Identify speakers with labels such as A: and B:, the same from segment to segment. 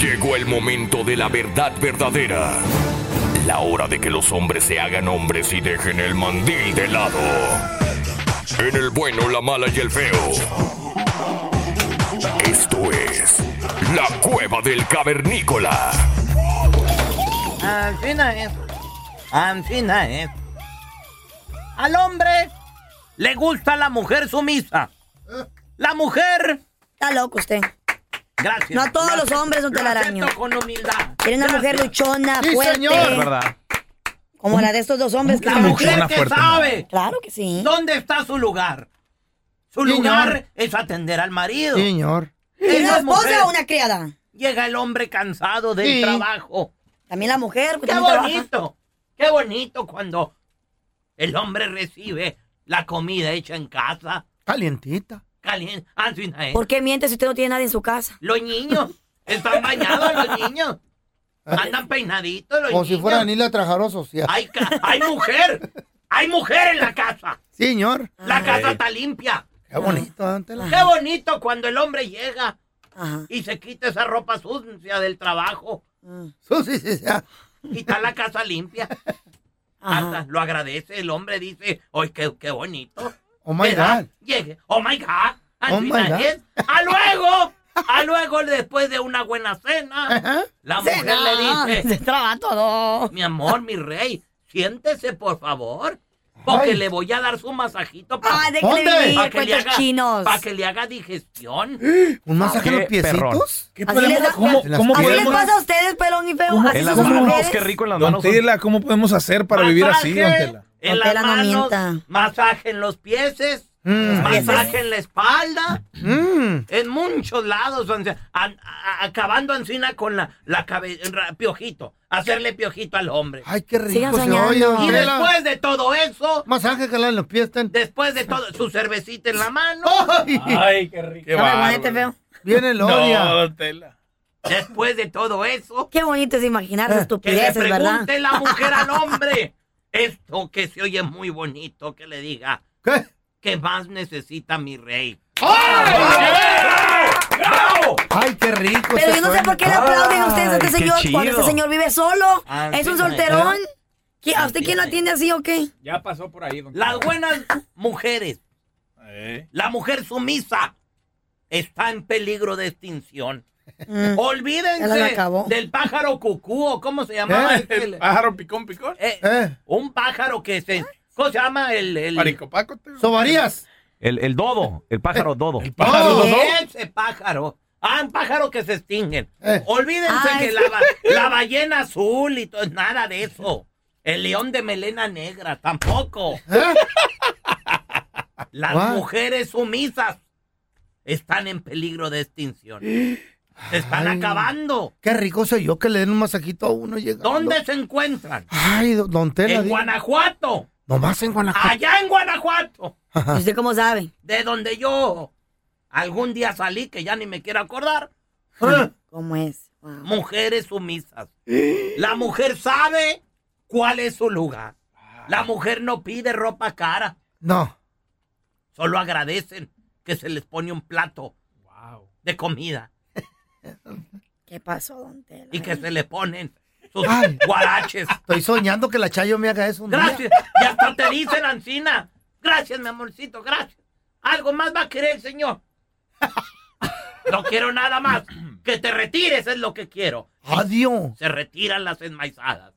A: Llegó el momento de la verdad verdadera. La hora de que los hombres se hagan hombres y dejen el mandil de lado. En el bueno, la mala y el feo. Esto es la cueva del cavernícola.
B: Anfina es. Anfina es. eh. Al hombre le gusta la mujer sumisa. La mujer.
C: Está loco usted.
B: Gracias.
C: No a todos
B: gracias.
C: los hombres son
B: Lo
C: telaraño.
B: acepto con humildad.
C: Quiere una
B: Gracias.
C: mujer luchona,
D: Sí,
C: fuerte.
D: señor.
E: Es verdad.
C: Como la de estos dos hombres que
B: La
C: se
B: mujer
C: metieron.
B: que
E: fuerte,
B: sabe
C: Claro que sí.
B: dónde está su lugar. Su
D: Señor.
B: lugar es atender al marido.
D: Señor.
C: ¿Es
B: Esa
C: una esposa
B: mujer-
C: o una criada?
B: Llega el hombre cansado del
D: Sí.
B: trabajo.
C: También la mujer. pues,
B: Qué
C: también trabaja.
B: bonito. Qué bonito cuando el hombre recibe la comida hecha en casa.
D: Calientita.
B: Caliente. ah, Anfina es.
C: ¿Por qué miente si usted no tiene nadie en su casa?
B: eh. Los niños. Están bañados los niños. Andan peinaditos los
D: Como
B: niños.
D: si fuera Anila Trajaro Social.
B: hay, ca- hay mujer. Hay mujer en la casa.
D: Señor.
B: La casa está limpia.
D: Qué bonito, don Tela.
B: Qué bonito cuando el hombre llega
C: Ajá.
B: y se quita esa ropa sucia del trabajo
C: Ah.
D: Su- sí, sí, sí.
B: y está la casa limpia. Hasta lo agradece el hombre, dice, ¡ay, qué, qué bonito!
D: Oh my
B: ¿Verdad?
D: God.
B: Llegue, ¡oh, my God!
D: Oh, my God.
B: Así es. ¡A luego! ¡A luego después de una buena cena!
D: Ajá.
B: La mujer
C: Ah,
B: le dice,
C: Se traba todo.
B: Mi amor, mi rey, siéntese por favor. Porque
D: Ay.
B: le voy a dar su masajito para
C: Ah, de que
D: ¿Dónde?
C: le viví,
B: pa' que, le
C: cuentos
B: haga-
C: chinos.
B: pa' que le haga digestión.
D: ¿Un masaje en los
E: Qué perrón.
D: piecitos?
F: ¿Qué
C: Así
F: podemos-
C: les da-
F: ¿Cómo,
D: Las
F: cómo
C: ¿Así les
F: podemos,
C: pasa a ustedes, pelón y feo? ¿Así
E: En las
C: sus
E: manos,
C: mujeres?
E: qué rico en las
F: Don
E: manos.
F: Tela, ¿cómo podemos hacer para vivir así, Don
B: Masaje
F: Tela?
B: En
C: Don
B: las
C: Tela, no
B: manos,
C: mienta.
B: masaje en los pies,
D: Mm.
B: masaje en la espalda,
D: Mm.
B: en muchos lados, o sea, a- a- acabando encina con la, la cabe- ra- piojito, hacerle piojito al hombre.
D: Ay, qué
C: Sigan
D: rico se
C: soñando.
D: oye, don
B: Y
D: Tela.
B: después de todo eso,
D: Masaje que le dan los pies. ten.
B: después de todo, su cervecita en la mano,
F: Ay, qué rico. Qué
C: No me moleste, feo.
D: Viene el
F: No,
D: odia.
F: Don Tela.
B: después de todo eso,
C: Qué bonito es imaginarse
B: que le
C: estupideces, ¿verdad?
B: pregunte la mujer al hombre, esto que se oye muy bonito, que le diga,
D: ¿Qué?
B: ¿qué más necesita mi rey?
D: Ay, qué rico.
C: Pero
D: Pues se
C: yo no sé
D: suena.
C: por qué le aplauden a ustedes a este
E: qué
C: señor cuando
E: chido.
C: este señor vive solo.
B: Ah,
C: Es
B: sí,
C: un
B: sí,
C: solterón.
B: ¿verdad?
C: ¿Qui- ¿A usted quién lo
B: sí.
C: atiende así o qué?
F: Ya pasó por ahí, Don
B: Las buenas mujeres,
F: Eh.
B: la mujer sumisa, está en peligro de extinción.
C: Mm. Ya la
B: Olvídense
C: acabó.
B: del pájaro cucú, o cómo se llamaba.
D: ¿Eh?
B: ese?
F: Pájaro picón, picón.
B: Eh,
D: Eh,
B: un pájaro que se... ¿Cómo se llama el...? el-
F: Paricopaco. te-
D: sobarías.
E: El, el dodo, el pájaro dodo.
F: El pájaro,
D: Oh,
F: Dodo.
B: Ese pájaro. Ah, un pájaro que se extinguen.
D: Eh.
B: Olvídense
C: Ay.
B: que la, ba- la ballena azul y todo, nada de eso. El león de melena negra, tampoco.
D: ¿Eh?
B: Las
D: What?
B: mujeres sumisas están en peligro de extinción. Se están
D: Ay.
B: acabando.
D: Qué rico soy yo que le den un masajito a uno llegando.
B: ¿Dónde se encuentran?
D: Ay, don, don Tela.
B: En
D: di-
B: Guanajuato.
D: Nomás en Guanajuato.
B: Allá en Guanajuato.
C: ¿Y usted cómo sabe?
B: De donde yo algún día salí, que ya ni me quiero acordar.
C: ¿Cómo es? Wow.
B: mujeres sumisas.
D: ¿Eh?
B: La mujer sabe cuál es su lugar.
D: Ah.
B: La mujer no pide ropa cara,
D: No.
B: solo agradecen que se les pone un plato de comida
C: ¿Qué pasó, don Tela?
B: y que se le ponen sus
D: Ay.
B: guaraches.
D: Estoy soñando que la Chayo me haga eso un día.
B: Gracias, y hasta te dicen, Ancina. Gracias, mi amorcito, gracias. Algo más va a querer el señor. No quiero nada más. Que te retires es lo que quiero.
D: Adiós.
B: Se retiran las enmaizadas.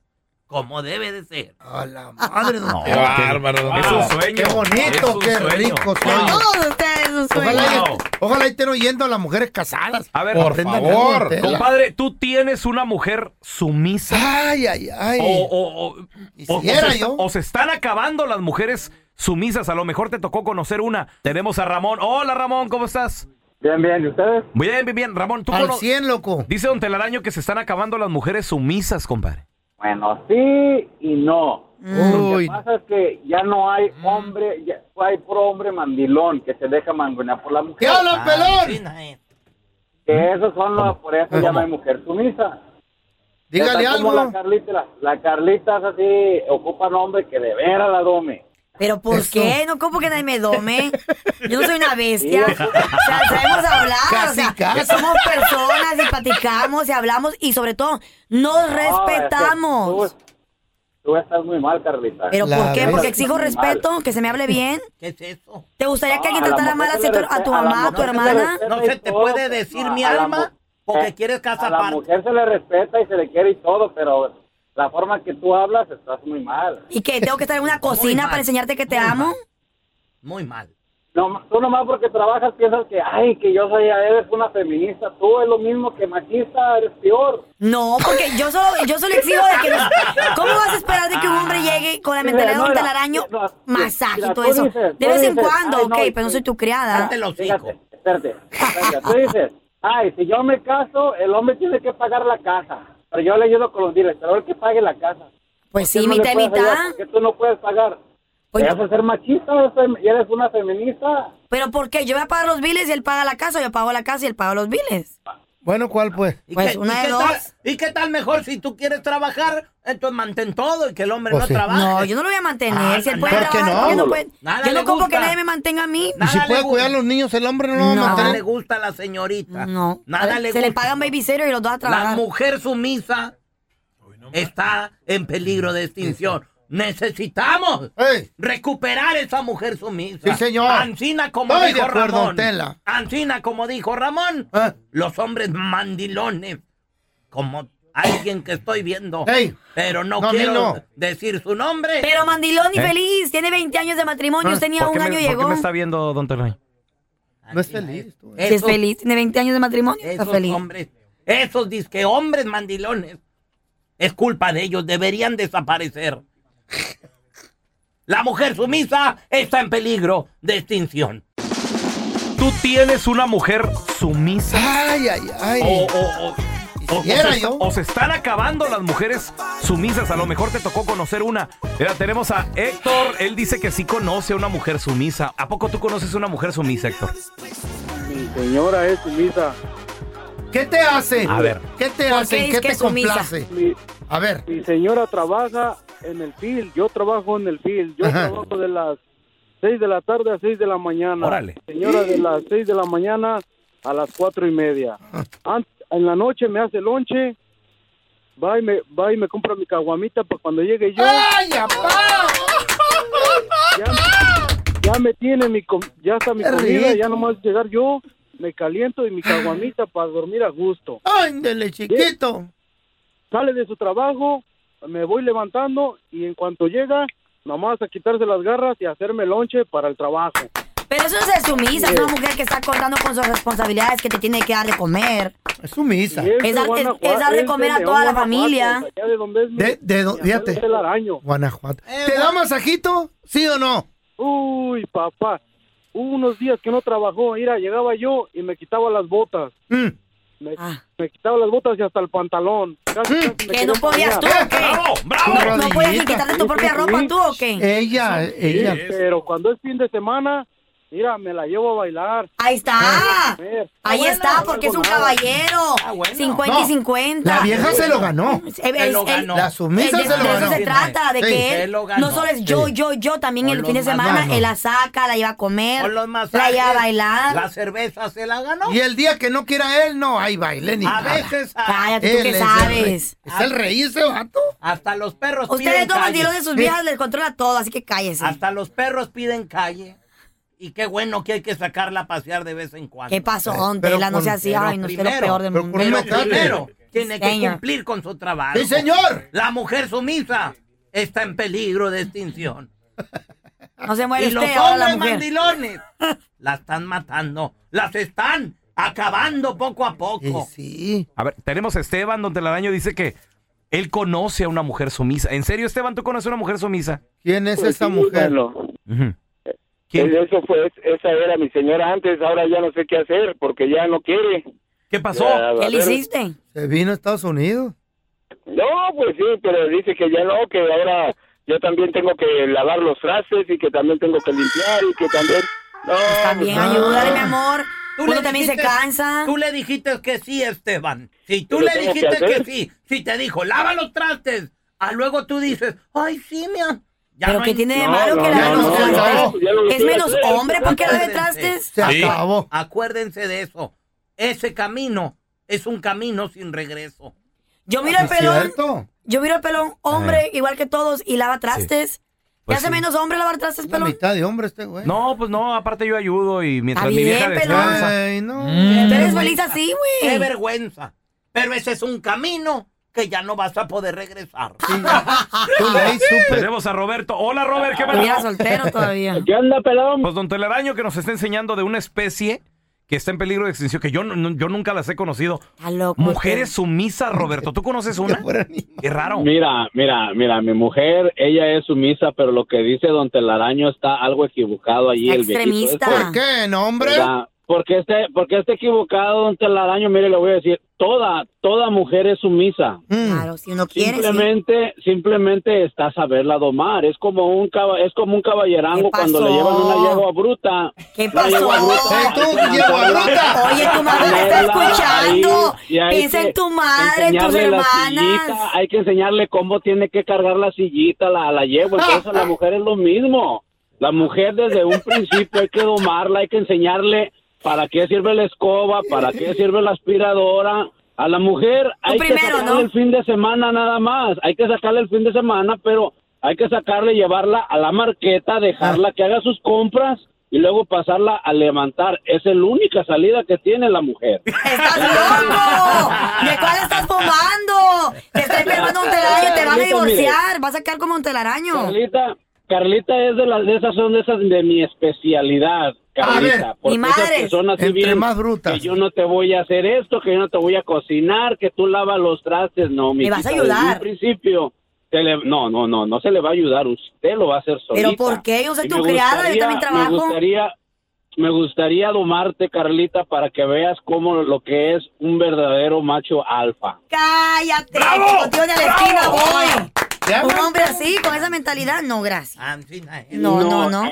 B: Como debe de ser.
D: A la madre, don
E: No,
D: Tela.
F: bárbaro, don
E: Es
F: Tela.
E: un sueño.
D: Qué
E: Es
D: bonito,
E: un
D: qué
E: sueño.
D: rico
C: Para
D: sueño.
C: todos ustedes un
D: Ojalá,
C: sueño.
D: y- ojalá y estén oyendo a las mujeres casadas.
E: A ver,
F: Por
D: Aprendan
F: favor,
D: algo, don Tela.
E: compadre, ¿tú tienes una mujer sumisa?
D: Ay, ay, ay.
E: O, o- o- o-
D: Quisiera
E: o se,
D: yo.
E: o se están acabando las mujeres sumisas. A lo mejor te tocó conocer una. Tenemos a Ramón. Hola, Ramón, ¿cómo estás?
G: Bien, bien, ¿y ustedes?
E: Bien, bien, bien. Ramón, tú
D: Al
E: cono-
D: 100, loco.
E: Dice Don Telaraño que se están acabando las mujeres sumisas, compadre.
G: Bueno, sí y no. Lo que
D: Mm. Uy, Mm.
G: pasa es que ya no hay hombre, ya hay puro hombre mandilón que se deja mangonear por la
D: ¿qué
G: mujer. Ah,
D: hablan, pelón? ¿Mm?
G: Que esos son los, por eso ya no hay mujer sumisa.
D: Dígale
G: Está como la
D: algo.
G: Carlita, la, la Carlita es así, ocupa un hombre que de veras la dome.
C: Pero ¿por
D: Eso.
C: qué? No como que nadie me dome. Yo no soy una bestia.
G: Sí.
C: O sea, sabemos hablar.
D: Casi,
C: o sea,
D: casi.
C: somos personas y platicamos y hablamos y sobre todo nos
G: No,
C: respetamos.
G: es que tú, tú estás muy mal, Carlita.
C: ¿Pero
D: La
C: por qué?
D: ves.
C: Porque exijo
G: Mal.
C: respeto, que se me hable bien.
B: ¿Qué es eso?
C: ¿Te gustaría que alguien
G: No, a la
C: tratara mal
G: mujer
C: así
G: le
C: a tu- a tu
G: respeta- a la
C: mamá, a tu
G: mujer le
C: hermana?
G: respeta
B: No se
G: y
B: te
G: todo,
B: puede
G: pero-
B: decir
G: no,
B: mi
G: a la
B: alma
G: mu-
B: porque
G: eh,
B: quieres casa
G: A la
B: aparte.
G: mujer se le respeta y se le quiere y todo, pero la forma que tú hablas estás muy mal.
C: ¿Y qué? ¿Tengo que estar en una cocina
B: mal,
C: para enseñarte que te
B: muy
C: amo?
B: mal. Muy mal.
G: No, tú nomás porque trabajas piensas que, ay, que yo soy, eres una feminista. Tú es lo mismo que machista, eres peor.
C: No, porque yo solo, yo solo exijo de que... nos- ¿Cómo vas a esperar de que un hombre llegue con la mentalidad de
G: Mira,
C: un
G: Ah, no, mira,
C: telaraño,
G: mira,
C: masaje y
G: mira,
C: todo
G: tú
C: eso?
G: dices,
C: De
G: tú
C: vez en
G: dices,
C: cuando,
G: ay,
C: ok,
G: no,
C: pero no
G: sí.
C: soy tu criada.
B: Date el hocico.
G: Fíjate, espérate. Fíjate, tú dices, ay, si yo me caso, el hombre tiene que pagar la casa. Pero yo le ayudo con los diles, pero él que pague la casa.
C: Pues sí,
G: Tú no le
C: mitad y
G: puedes
C: mitad.
G: ayudar porque tú no puedes pagar.
C: Pues
G: Te
C: no.
G: hace ser machista eres fem- y eres una feminista.
C: ¿Pero por qué? Yo voy a pagar los biles y él paga la casa, yo pago la casa y él paga los biles.
D: Bueno, ¿cuál pues?
B: ¿Y
C: Pues,
B: qué-
C: una
B: y
C: de
B: qué
C: dos.
B: tal- ¿Y qué tal mejor si tú quieres trabajar? Entonces mantén todo y que el hombre
D: Pues
B: no
D: sí.
B: trabaje.
C: No, yo no lo voy a mantener.
B: Ah,
C: si él
B: no,
C: puede
D: ¿por qué
C: trabajar,
D: no?
C: ¿por qué no puede?
B: Nada
C: yo no
B: le
C: como que
B: gusta.
C: nadie me mantenga a mí.
D: ¿Y
B: Nada
D: si
B: le
D: puede
B: gusta.
D: cuidar a ¿eh? los niños el hombre? No,
C: No.
D: no,
B: Nada
C: Mantener-
B: le gusta a la señorita.
C: No.
B: Nada
C: se
B: le
C: le
B: gusta.
C: pagan babysitter y los dos a
B: La
C: trabajar.
B: mujer sumisa está en peligro de extinción. Necesitamos
D: Ey.
B: recuperar esa mujer sumisa.
D: Sí, señor.
B: Ancina, como
D: Estoy
B: dijo
D: de acuerdo,
B: Ramón.
D: Tela.
B: Ancina, como dijo Ramón.
D: Ah.
B: Los hombres mandilones. Como alguien que estoy viendo.
D: Ey.
B: Pero no,
D: No, a mí
B: quiero
D: no.
B: decir su nombre.
C: Pero mandilón y
E: ¿Eh?
C: feliz, tiene 20 años de matrimonio,
D: Ah,
C: usted ni a
E: ¿Por
C: un
E: qué me-
C: año
E: por qué
C: llegó.
E: me está viendo Don Telaraño?
D: No es feliz. tú, eh.
C: Si es
B: Esos-
C: feliz, tiene 20 años de matrimonio, está
B: Esos
C: feliz.
B: hombres, esos disque hombres mandilones, es culpa de ellos, deberían desaparecer. La mujer sumisa está en peligro de extinción.
E: ¿Tú tienes una mujer sumisa?
D: Ay, ay, ay.
E: O, o- o- o- o
D: Quisiera
E: se,
D: yo.
E: o se están acabando las mujeres sumisas. A lo mejor te tocó conocer una. Mira, tenemos a Héctor. Él dice que sí conoce a una mujer sumisa. ¿A poco tú conoces una mujer sumisa, Héctor?
G: Mi señora es sumisa.
D: ¿Qué te hace?
E: A ver.
D: ¿Qué te
C: ¿Por
D: hace?
C: qué
D: ¿Qué
C: es que
D: te
C: es sumisa?
D: complace?
G: Mi,
D: A ver.
G: mi señora trabaja en el field, yo trabajo en el field, yo
D: Ajá.
G: trabajo de las 6 de la tarde a 6 de la mañana.
E: Órale.
G: Mi Señora de las 6 de la mañana a las 4 y media. Ant- en la noche me hace lonche, va y me, va y me compra mi caguamita para cuando llegue yo.
D: ¡Ay, apá!
G: ya, ya me tiene mi com- ya está mi
D: Qué
G: comida,
D: rico.
G: ya nomás llegar yo, me caliento y mi caguamita para dormir a gusto.
D: Ándele, chiquito.
G: Sale de su trabajo, me voy levantando y en cuanto llega, nomás a quitarse las garras y hacerme lonche para el trabajo.
C: Pero eso no es ser sumisa, es una mujer que está contando con sus responsabilidades, que te tiene que dar de comer.
D: Es sumisa.
G: Y es de
C: Es dar- es-
G: Guanajuato,
C: es dar de comer a
G: León,
C: toda la
G: Guanajuato,
C: familia.
G: allá de donde es mi-
D: De, de,
G: mi
D: fíjate.
G: abuelo telaraño.
D: Guanajuato.
B: Eh,
D: ¿Te da
B: Guan-
D: masajito? ¿Sí o no?
G: Uy, papá, hubo unos días que no trabajó, mira, llegaba yo y me quitaba las botas.
D: Mm.
G: Me,
C: Ah.
G: me quitaba las botas y hasta el pantalón. Casi,
D: Mm.
G: casi me
C: ¿Que no
G: quería
C: podías tú
D: Eh,
C: o qué?
D: Su
E: ¡Bravo!
C: ¿No
D: rodillita.
C: podías ni quitarte tu propia ropa tú o qué?
D: Ella, ella.
G: Pero cuando es fin de semana, mira, me la llevo a bailar.
C: Ahí está.
G: comer.
C: Ahí
G: Abuela,
C: está,
G: no
C: porque es un
G: hago nada.
C: caballero.
B: Ah, bueno.
C: 50 y
D: No,
C: 50.
D: La vieja se lo ganó.
C: Eh, eh,
B: Se lo
C: eh,
B: ganó.
D: La sumisa
C: de,
D: se lo
C: de eso
D: ganó.
C: se trata, de
D: Sí.
C: que
B: Se
C: él
B: lo ganó.
C: no solo es yo,
D: Sí.
C: yo, yo, también
B: Con
C: el
B: los
C: fin de semana
D: masajes.
C: él la saca, la lleva a comer,
B: Con los
C: la
B: masajes,
C: lleva a bailar.
B: La cerveza se la ganó.
D: Y el día que no quiera él, no hay baile ni
B: A
D: nada.
B: veces ah, a-
C: Cállate, tú
D: Él
C: que
D: es el rey.
C: sabes.
D: ¿Es el rey ese vato?
B: hasta los perros
C: Ustedes
B: piden
C: dos
B: calle.
C: bandidos de sus viejas les controla todo, así que cállese.
B: Hasta los perros piden calle. Y qué bueno que hay que sacarla a pasear de vez en cuando.
C: ¿Qué pasó, don
D: pero
C: Tela? No
D: con-
C: sea así.
B: pero
C: Ay, no sé lo
B: primero,
C: peor del
D: pero
C: mundo.
D: con un
B: Pero
D: mecate.
B: primero, tiene que
C: Señor.
B: cumplir con su trabajo.
D: ¡Sí, señor!
B: La mujer sumisa está en peligro de extinción.
C: No se muere
B: Y los
C: usted, ahora la
B: hombres
C: mujer.
B: mandilones la están matando. Las están acabando poco a poco.
D: Sí.
E: A ver, tenemos a Esteban, donde el araño dice que él conoce a una mujer sumisa. ¿En serio, Esteban, tú conoces a una mujer sumisa?
D: ¿Quién es
G: Pues
D: esta
G: sí,
D: mujer?
G: bueno,
E: Ujú.
G: pues
E: ¿Quién?
G: eso fue, esa era mi señora antes, ahora ya no sé qué hacer porque ya no quiere.
E: ¿Qué pasó?
G: Ya, a
C: ¿Qué le
G: ver,
C: hiciste?
D: Se vino a Estados Unidos.
G: No, pues sí, pero dice que ya no, que ahora yo también tengo que lavar los trastes y que también tengo que limpiar y que también... No,
C: Pues También
D: Ah.
C: ayúdale, mi amor. Uno también se
B: dijiste-
C: cansa.
B: Tú le dijiste que sí, Esteban. Si tú
G: ¿Qué
B: le
G: tengo que
B: dijiste que,
G: hacer?
B: sí, si te dijo, lava los trastes, a luego tú dices, ay, sí, mía. Ya
C: ¿Pero
B: no
C: qué
B: hay-
C: tiene de
G: No,
C: malo
G: no,
C: que la
G: no,
C: hagan
G: no,
C: los
G: no,
C: trastes?
G: no, ya lo
C: Es
G: quiero
C: menos
G: hacer.
C: hombre, ¿por qué la de trastes?
D: Se
E: Sí.
D: acabó.
B: Acuérdense de eso. Ese camino es un camino sin regreso.
C: Yo miro el
D: Ah, ¿Es
C: pelón,
D: cierto?
C: yo miro el pelón, hombre, igual que todos, y lava trastes. ¿Te
E: Pues
C: hace
E: sí.
C: menos hombre lavar trastes,
D: La
C: pelón?
D: mitad de hombre este güey.
E: No, pues no, aparte yo ayudo y mientras
C: Está
E: mi
C: bien,
E: vieja
C: pero-
E: descansa.
D: Ay, no.
C: Tú eres feliz así,
B: ¡Qué
C: güey.
B: vergüenza! Pero ese es un camino que ya no vas a poder regresar.
D: Tú le supe.
E: Tenemos a Roberto. Hola, Robert, ¿qué
C: Estuviera
E: pasa?
C: soltero todavía.
G: ¿Qué onda, pelón?
E: Pues don Telaraño que nos está enseñando de una especie que está en peligro de extinción, que yo, no- no- yo nunca las he conocido.
C: Está loco.
E: Mujeres sumisas, Roberto. ¿Tú conoces una?
D: Fuera ni-
E: Qué raro.
H: Mira, mira, mira, mi mujer, ella es sumisa, pero lo que dice don Telaraño está algo equivocado allí.
C: Está
H: el viejito
C: extremista.
H: este,
D: ¿Por qué, no, hombre?
H: ¿verdad? Porque este, porque este equivocado don Telaraño, mire, le voy a decir, toda, toda mujer es sumisa.
D: Mm.
C: Claro, si uno quiere, sí.
H: Simplemente, simplemente está a saberla domar. Es como un caba- es como un caballerango
C: ¿Qué
H: cuando le
C: pasó?
H: llevan una yegua bruta.
C: ¿Qué
H: Una yegua
C: pasó?
H: bruta,
D: ¡Eh, tú,
H: hay que
D: yegua
H: montarla.
D: bruta!
C: Oye, tu mamá te está
H: Ponerla
C: escuchando.
H: ahí, y hay
C: Piensa
H: que
C: en tu madre, en tus
H: enseñarle la sillita,
C: hermanas.
H: hay que enseñarle cómo tiene que cargar la sillita, la, la yegua. Entonces, la mujer es lo mismo. La mujer desde un principio hay que domarla, hay que enseñarle para qué sirve la escoba, para qué sirve la aspiradora. A la mujer hay que
C: primero,
H: sacarle
C: ¿no?
H: el fin de semana nada más. Hay que sacarle el fin de semana, pero hay que sacarle, llevarla a la marqueta, dejarla que haga sus compras y luego pasarla a levantar. Esa es la única salida que tiene la mujer.
C: ¡Estás loco! ¿De cuál estás fumando? Te está enfermando un telaraño, te van a
H: Carlito, mire.
C: divorciar. Vas a quedar como un telaraño.
H: Carlita, Carlita es de las de esas son de esas de mi especialidad,
D: ver.
H: Carlita, porque
C: Ni
H: esas
C: madres.
H: personas sí
D: Entre
H: bien
D: más brutas.
H: que yo no te voy a hacer esto, que yo no te voy a cocinar, que tú lavas los trastes, no, mi
C: Me vas a
H: hijita,
C: ayudar.
H: desde un principio se le- no, no, no, no se le va a ayudar, usted lo va a hacer solita.
C: ¿Pero por qué? Yo soy
H: Y
C: tu
H: me
C: criada, yo también
H: gustaría-
C: trabajo.
H: Me gustaría me gustaría domarte, Carlita, para que veas cómo lo que es un verdadero macho alfa.
C: ¡Cállate! Contigo de la esquina
D: Ya,
C: voy. Un
D: man.
C: hombre así, con esa mentalidad, no, gracias.
D: Ah,
B: Ancina, eh.
C: No, no, no.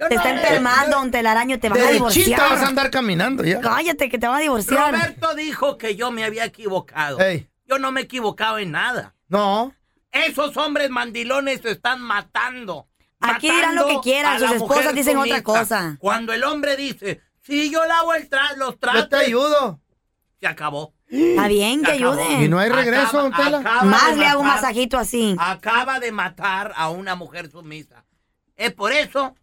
H: No,
C: Te está enfermando un telaraño, te van a
D: Derechita vas a
C: divorciar.
D: andar caminando ya.
C: Cállate, que te van a divorciar.
B: Roberto dijo que yo me había equivocado.
D: Ey.
B: Yo no me he equivocado en nada.
D: No.
B: Esos hombres mandilones se están matando.
C: Aquí dirán lo que quieran,
B: a la
C: sus esposas
B: mujer
C: dicen otra
B: sumisa.
C: cosa.
B: Cuando el hombre dice, sí, yo lavo el tra los
D: Yo te
B: trastes,
D: ayudo.
B: se acabó.
C: Está bien
B: Se
C: que
B: acabó.
D: Y
C: ayuden.
D: no hay regreso,
B: Acaba-
D: don Tela.
B: acaba de
C: Más le hago un
B: matar-
C: masajito así.
B: Acaba de matar a una mujer sumisa. Es por eso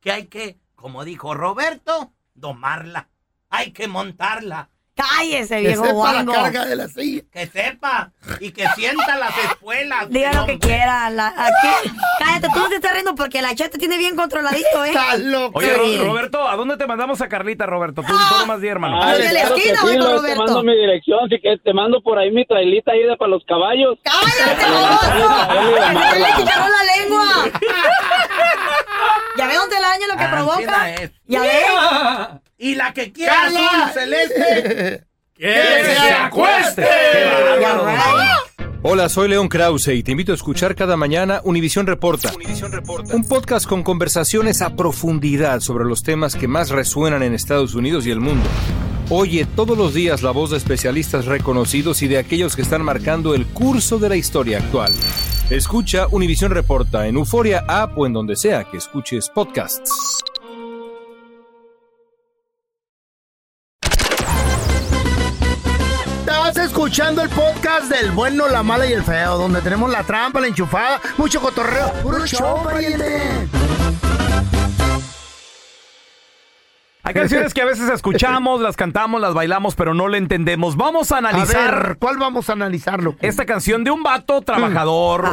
B: que hay que, como dijo Roberto, domarla. Hay que montarla.
C: Cállese,
D: Que
C: viejo
D: sepa la
C: guango.
D: carga de la silla.
B: Que sepa y que sienta las espuelas.
C: Diga
B: del
C: lo que
B: hombre.
C: quiera. la- aquí. Cállate, tú no te estás riendo porque la chat te tiene bien controladito, ¿eh?
D: Está loco.
E: Oye, Ro-
D: Sí.
E: Roberto, ¿a dónde te mandamos a Carlita, Roberto? Tú, tú nomás di, hermano.
H: Ah,
C: Desde la
H: claro que
C: esquina,
H: sí,
C: voy con
H: luego Te
C: Roberto.
H: mando mi dirección, así que te mando por ahí mi trailita ahí de para los caballos.
C: ¡Cállate, baboso! ¡Que se le quitaron la lengua! Ya ve dónde el año lo que
B: Ancina
C: provoca.
B: es.
C: Ya ve.
B: Y la que quiera azul celeste.
E: ¡Que se acueste!
C: Ya va.
I: Hola, soy León Krause y te invito a escuchar cada mañana Univisión Reporta. Un podcast con conversaciones a profundidad sobre los temas que más resuenan en Estados Unidos y el mundo. Oye todos los días la voz de especialistas reconocidos y de aquellos que están marcando el curso de la historia actual. Escucha Univisión Reporta en Euforia App o en donde sea que escuches podcasts.
D: Estás escuchando el podcast del bueno, la mala y el feo, donde tenemos la trampa, la enchufada, mucho cotorreo. ¡Puro show, pariente!
E: Hay canciones que a veces escuchamos, las cantamos, las bailamos, pero no le entendemos. Vamos a analizar.
D: ver, ¿cuál vamos a analizarlo?
E: Esta canción de un vato trabajador.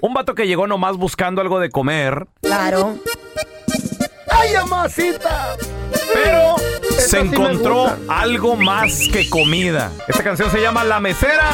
E: Un vato que llegó nomás buscando algo de comer.
C: Claro.
D: ¡Ay, amacita!
E: Pero
D: Esa
E: se
D: sí me
E: encontró
D: gusta.
E: algo más que comida. Esta canción se llama La Mesera.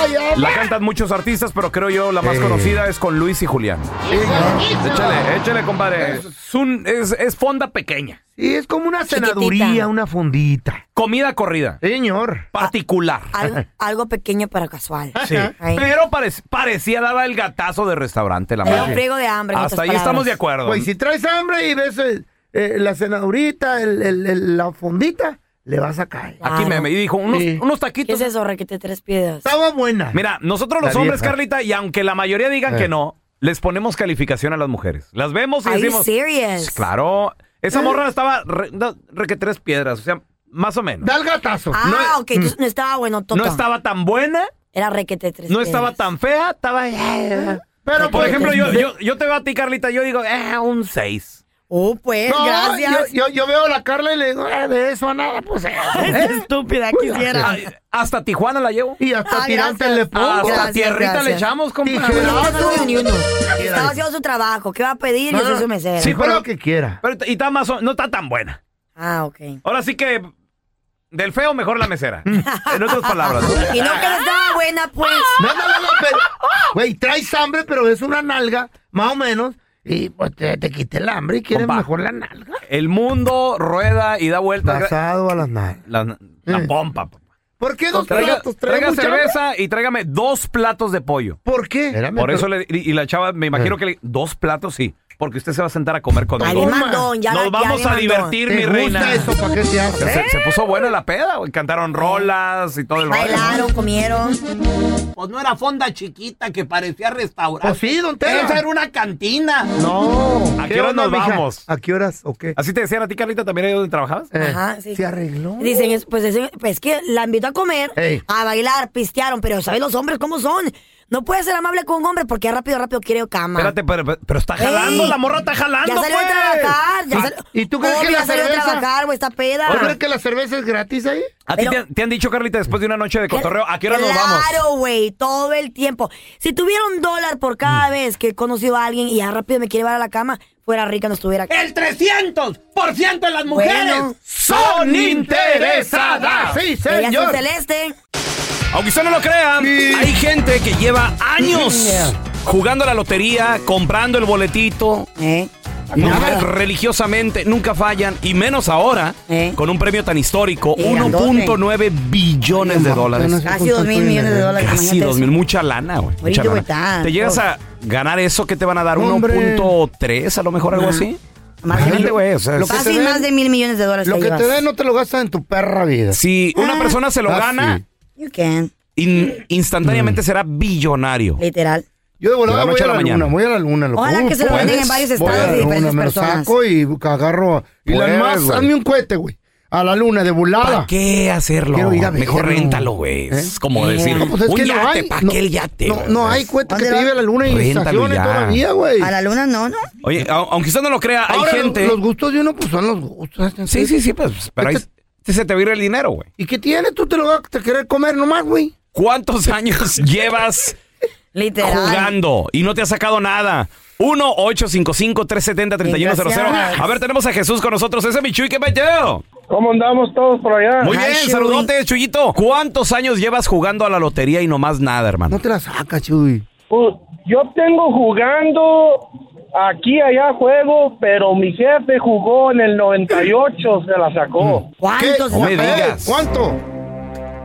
D: ¡Ay, ama!
E: La cantan muchos artistas, pero creo yo la más
D: Sí.
E: conocida es con Luis y Julián.
D: Ah.
E: Échale, échale, eh, compadre. Es, un- es- es fonda pequeña.
D: Y es como una
C: Chiquitita.
D: cenaduría, una fondita.
E: Comida corrida.
D: Sí, señor.
E: Particular.
C: Algo, algo pequeño para casual.
E: Sí.
C: Ay.
E: Pero parec- parecía daba el gatazo de restaurante la
C: Me da
E: madre.
C: un friego de hambre. en
E: Hasta
C: otras
E: ahí estamos de
C: palabras.
E: acuerdo.
D: Güey, Pues, si traes hambre y ves eh, eh, la cenadurita, el- el- el- la fondita, le vas a caer.
E: Aquí
C: Claro.
E: me, me dijo unos,
D: Sí.
E: unos
C: ¿Qué
E: taquitos.
C: es eso, requete tres piedras?
D: Estaba buena.
E: Mira, nosotros los
D: La
E: hombres,
D: vieja.
E: Carlita, y aunque la mayoría digan
D: Eh.
E: que no, les ponemos calificación a las mujeres. Las vemos y
C: Are you
E: decimos.
C: serious?
E: Claro.
D: ¿Eh?
E: Esa morra estaba re, da- re que tres piedras, o sea, más o menos.
D: Da el gatazo.
C: Ah, ok, entonces no estaba bueno
E: No estaba tan buena,
C: Era requete Ah, tres
E: no estaba
C: piedras.
E: tan fea, estaba. eh,
D: Pero,
E: Por ejemplo, yo,
D: yo-
E: yo, yo te veo a ti, Carlita, yo digo, eh, un 6.
C: Oh, pues,
D: no,
C: gracias.
D: Yo, yo- yo veo a la Carla y le digo, eh, de eso a nada, pues. eh,
C: Es estúpida, quisiera.
E: Hasta Tijuana la llevo.
D: Y hasta
C: Ah,
D: tirantes
C: gracias.
D: le pongo.
E: Hasta
C: gracias,
E: tierrita le
C: gracias.
E: echamos, compadre.
D: Tijera.
C: No, no, no, ni uno. Estaba haciendo su trabajo. ¿Qué va a pedir? Yo soy su mesera.
D: Sí, pero lo que quiera.
E: Pero, y está más o- no está tan buena.
C: Ah, ok.
E: Ahora sí que del feo mejor la mesera. en otras palabras. ¿no?
C: Ah, Y no que no estaba buena, pues.
D: No, no, no, no, pero- Güey, traes hambre, pero es una nalga, más o menos, y pues te, te quita el hambre y quieres
E: Compa.
D: mejor la nalga.
E: El mundo rueda y da vueltas.
D: Pasado a las nalgas.
E: La, la pompa. papá.
D: ¿Por qué dos
E: Traiga,
D: platos? ¿Traes
E: traiga
D: mucha hambre?
E: cerveza y tráigame dos platos de pollo.
D: ¿Por qué?
E: Por eso le, y y la chava, me imagino
D: Eh.
E: que le, dos platos sí, porque usted se va a sentar a comer
C: Ay,
E: conmigo.
C: bien
D: Toma.
C: mandón, ya
E: Nos
C: ya
E: vamos
C: bien
E: a
C: mandón.
E: divertir,
D: ¿Te
E: mi
D: gusta
E: reina.
D: eso? ¿Para qué se hace?
E: Se, se puso buena la peda, güey. Cantaron rolas y todo el rollo.
C: Bailaron, comieron.
B: Pues no era fonda chiquita que parecía restaurante.
D: Pues sí, don Tela.
B: Esa era una cantina.
D: No.
E: ¿A
D: ¿Qué
E: qué horas
D: onda,
E: nos
D: mija?
E: vamos?
D: ¿A qué horas o qué?
E: Así te decían a ti, Carlita, también ahí donde trabajabas.
D: Eh,
C: Ajá, sí.
D: ¿Se arregló?
C: Dicen, es- pues, es, pues, que la invitó a comer,
D: Ey.
C: a bailar, pistearon, pero ¿sabes los hombres cómo son? No puede ser amable con un hombre porque rápido, rápido quiere cama.
E: Espérate, pero, pero- pero está jalando,
C: Ey.
E: la morra está jalando,
C: Ya salió
E: pues.
C: a trabajar. Ya
D: Ah,
C: salió-
D: ¿y tú crees
C: Obvio,
D: que la
C: ya salió a
D: cerveza-
C: trabajar, güey, está peda.
D: ¿Tú crees que la cerveza es gratis ahí?
E: ¿A ti
C: Pero-
E: te, te han dicho, Carlita, después de una noche de cotorreo, a qué hora nos vamos?
C: Claro, güey, todo el tiempo. Si tuviera un dólar por
D: Mm.
C: cada vez que he conocido a alguien y ya rápido me quiere llevar a la cama, fuera rica, no estuviera aquí.
B: El 300% de las mujeres.
C: Bueno.
E: ¡Son
D: Sí,
C: Ella es un
D: señor.
C: celeste.
E: Aunque usted no lo crea, hay gente que lleva años jugando a la lotería, comprando el boletito,
C: ¿Eh?
E: no,
C: Claro.
E: religiosamente, nunca fallan, y menos ahora,
C: ¿Eh?
E: con un premio tan histórico,
C: Y grandote.
E: 1.9 billones de dólares.
C: Casi dos mil millones de dólares.
E: Casi
C: imagínate
E: dos mil, mucha lana, güey.
C: Ahorita,
E: mucha lana.
C: güey, está,
E: Te llegas
C: todo.
E: a ganar eso que te van a dar
D: Hombre.
E: 1.3, a lo mejor algo
C: Ajá.
E: así.
C: eso. Más de
E: Imagínate,
C: mil-
E: güey. o sea,
D: Lo que
C: Fácil
D: te
C: más
D: den-
C: de mil millones de dólares.
D: Lo
C: te
D: que te
C: llevas.
D: den no te lo gastas en tu perra vida.
E: si una persona se lo
D: Ah,
E: gana,
D: sí.
C: You can,
E: in- instantáneamente será billonario.
C: literal.
D: Yo de volada
E: De la
D: voy
E: noche
D: a
E: a
D: la,
E: la
D: luna,
E: mañana.
D: voy a la luna. Loco.
C: Ojalá que se lo
D: ¿Puedes?
C: manden en varios
D: Voy a
C: estados
D: la
C: de diferentes
D: luna, me lo
C: personas.
D: saco y agarro. Y la
I: Puedes,
D: más,
I: güey.
D: hazme un cohete, güey. A la luna de volada.
E: ¿Para qué hacerlo?
D: Quiero ir a
E: Mejor
D: verlo.
E: réntalo, güey. Es como decir,
D: No, pues es
E: un
D: que no
E: yate,
D: hay.
E: ¿para
D: no,
E: qué el yate?
D: No,
E: güey?
D: no hay cohete que te
C: Ándale.
D: lleve a la luna y
E: Réntalo
D: estaciones
E: ya.
D: todavía, güey.
C: A la luna no, ¿no?
E: Oye, a- aunque usted no lo crea, hay
D: Ahora, lo-
E: gente...
D: Los, gustos de uno, pues son los gustos.
E: Sí, sí, sí, pues, pero ahí
D: Este-
E: se- se te vira el dinero, güey.
D: ¿Y qué tiene? Tú te lo vas a querer comer nomás, güey.
E: ¿Cuántos años llevas
C: Literal.
E: jugando y no te ha sacado nada? 1-855-370-3100.
C: Gracias.
E: A ver, tenemos a Jesús con nosotros. Ese es mi Chuy, ¿qué peteo?
G: ¿Cómo andamos todos por allá?
E: Muy
C: Ay,
E: bien,
C: Chuy.
E: saludote, Chuyito. ¿Cuántos años llevas jugando a la lotería y no más nada,
D: No
E: hermano?
D: te la sacas, chuy.
G: Pues, yo tengo jugando aquí allá juego, pero mi jefe jugó en el 98, se la sacó.
C: ¿Cuántos?
E: Mm. No me
D: ¿Cuánto?
E: digas.
D: ¿Cuánto?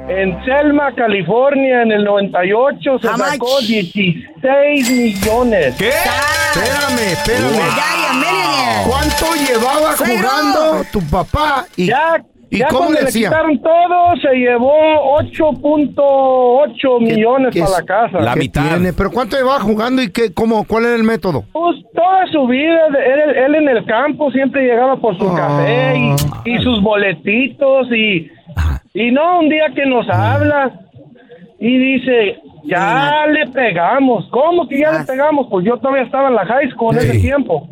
G: En Selma, California, en el 98 se
C: How much?
G: sacó 16 millones.
E: ¿Qué?
D: Espérame, espérame.
C: Daddy, a
D: Eh.
C: millionaire.
D: ¿Cuánto llevaba
C: Cero.
D: jugando tu papá? ¿Y,
G: Ya,
D: y
G: ya
D: cómo
G: cuando
D: le
G: le
D: decía?
G: quitaron todo, se llevó 8.8 millones
D: qué
G: para
D: es?
G: la casa.
E: La
D: ¿Qué
E: mitad.
D: tiene? ¿Pero cuánto llevaba jugando y qué, cómo, cuál era el método?
G: Pues toda su vida, de- él, él en el campo siempre llegaba por su
D: Ah.
G: café y, y sus boletitos y, y no, un día que nos habla y dice, ya le pegamos. ¿Cómo que ya le pegamos? Pues yo todavía estaba en la high school en ese tiempo.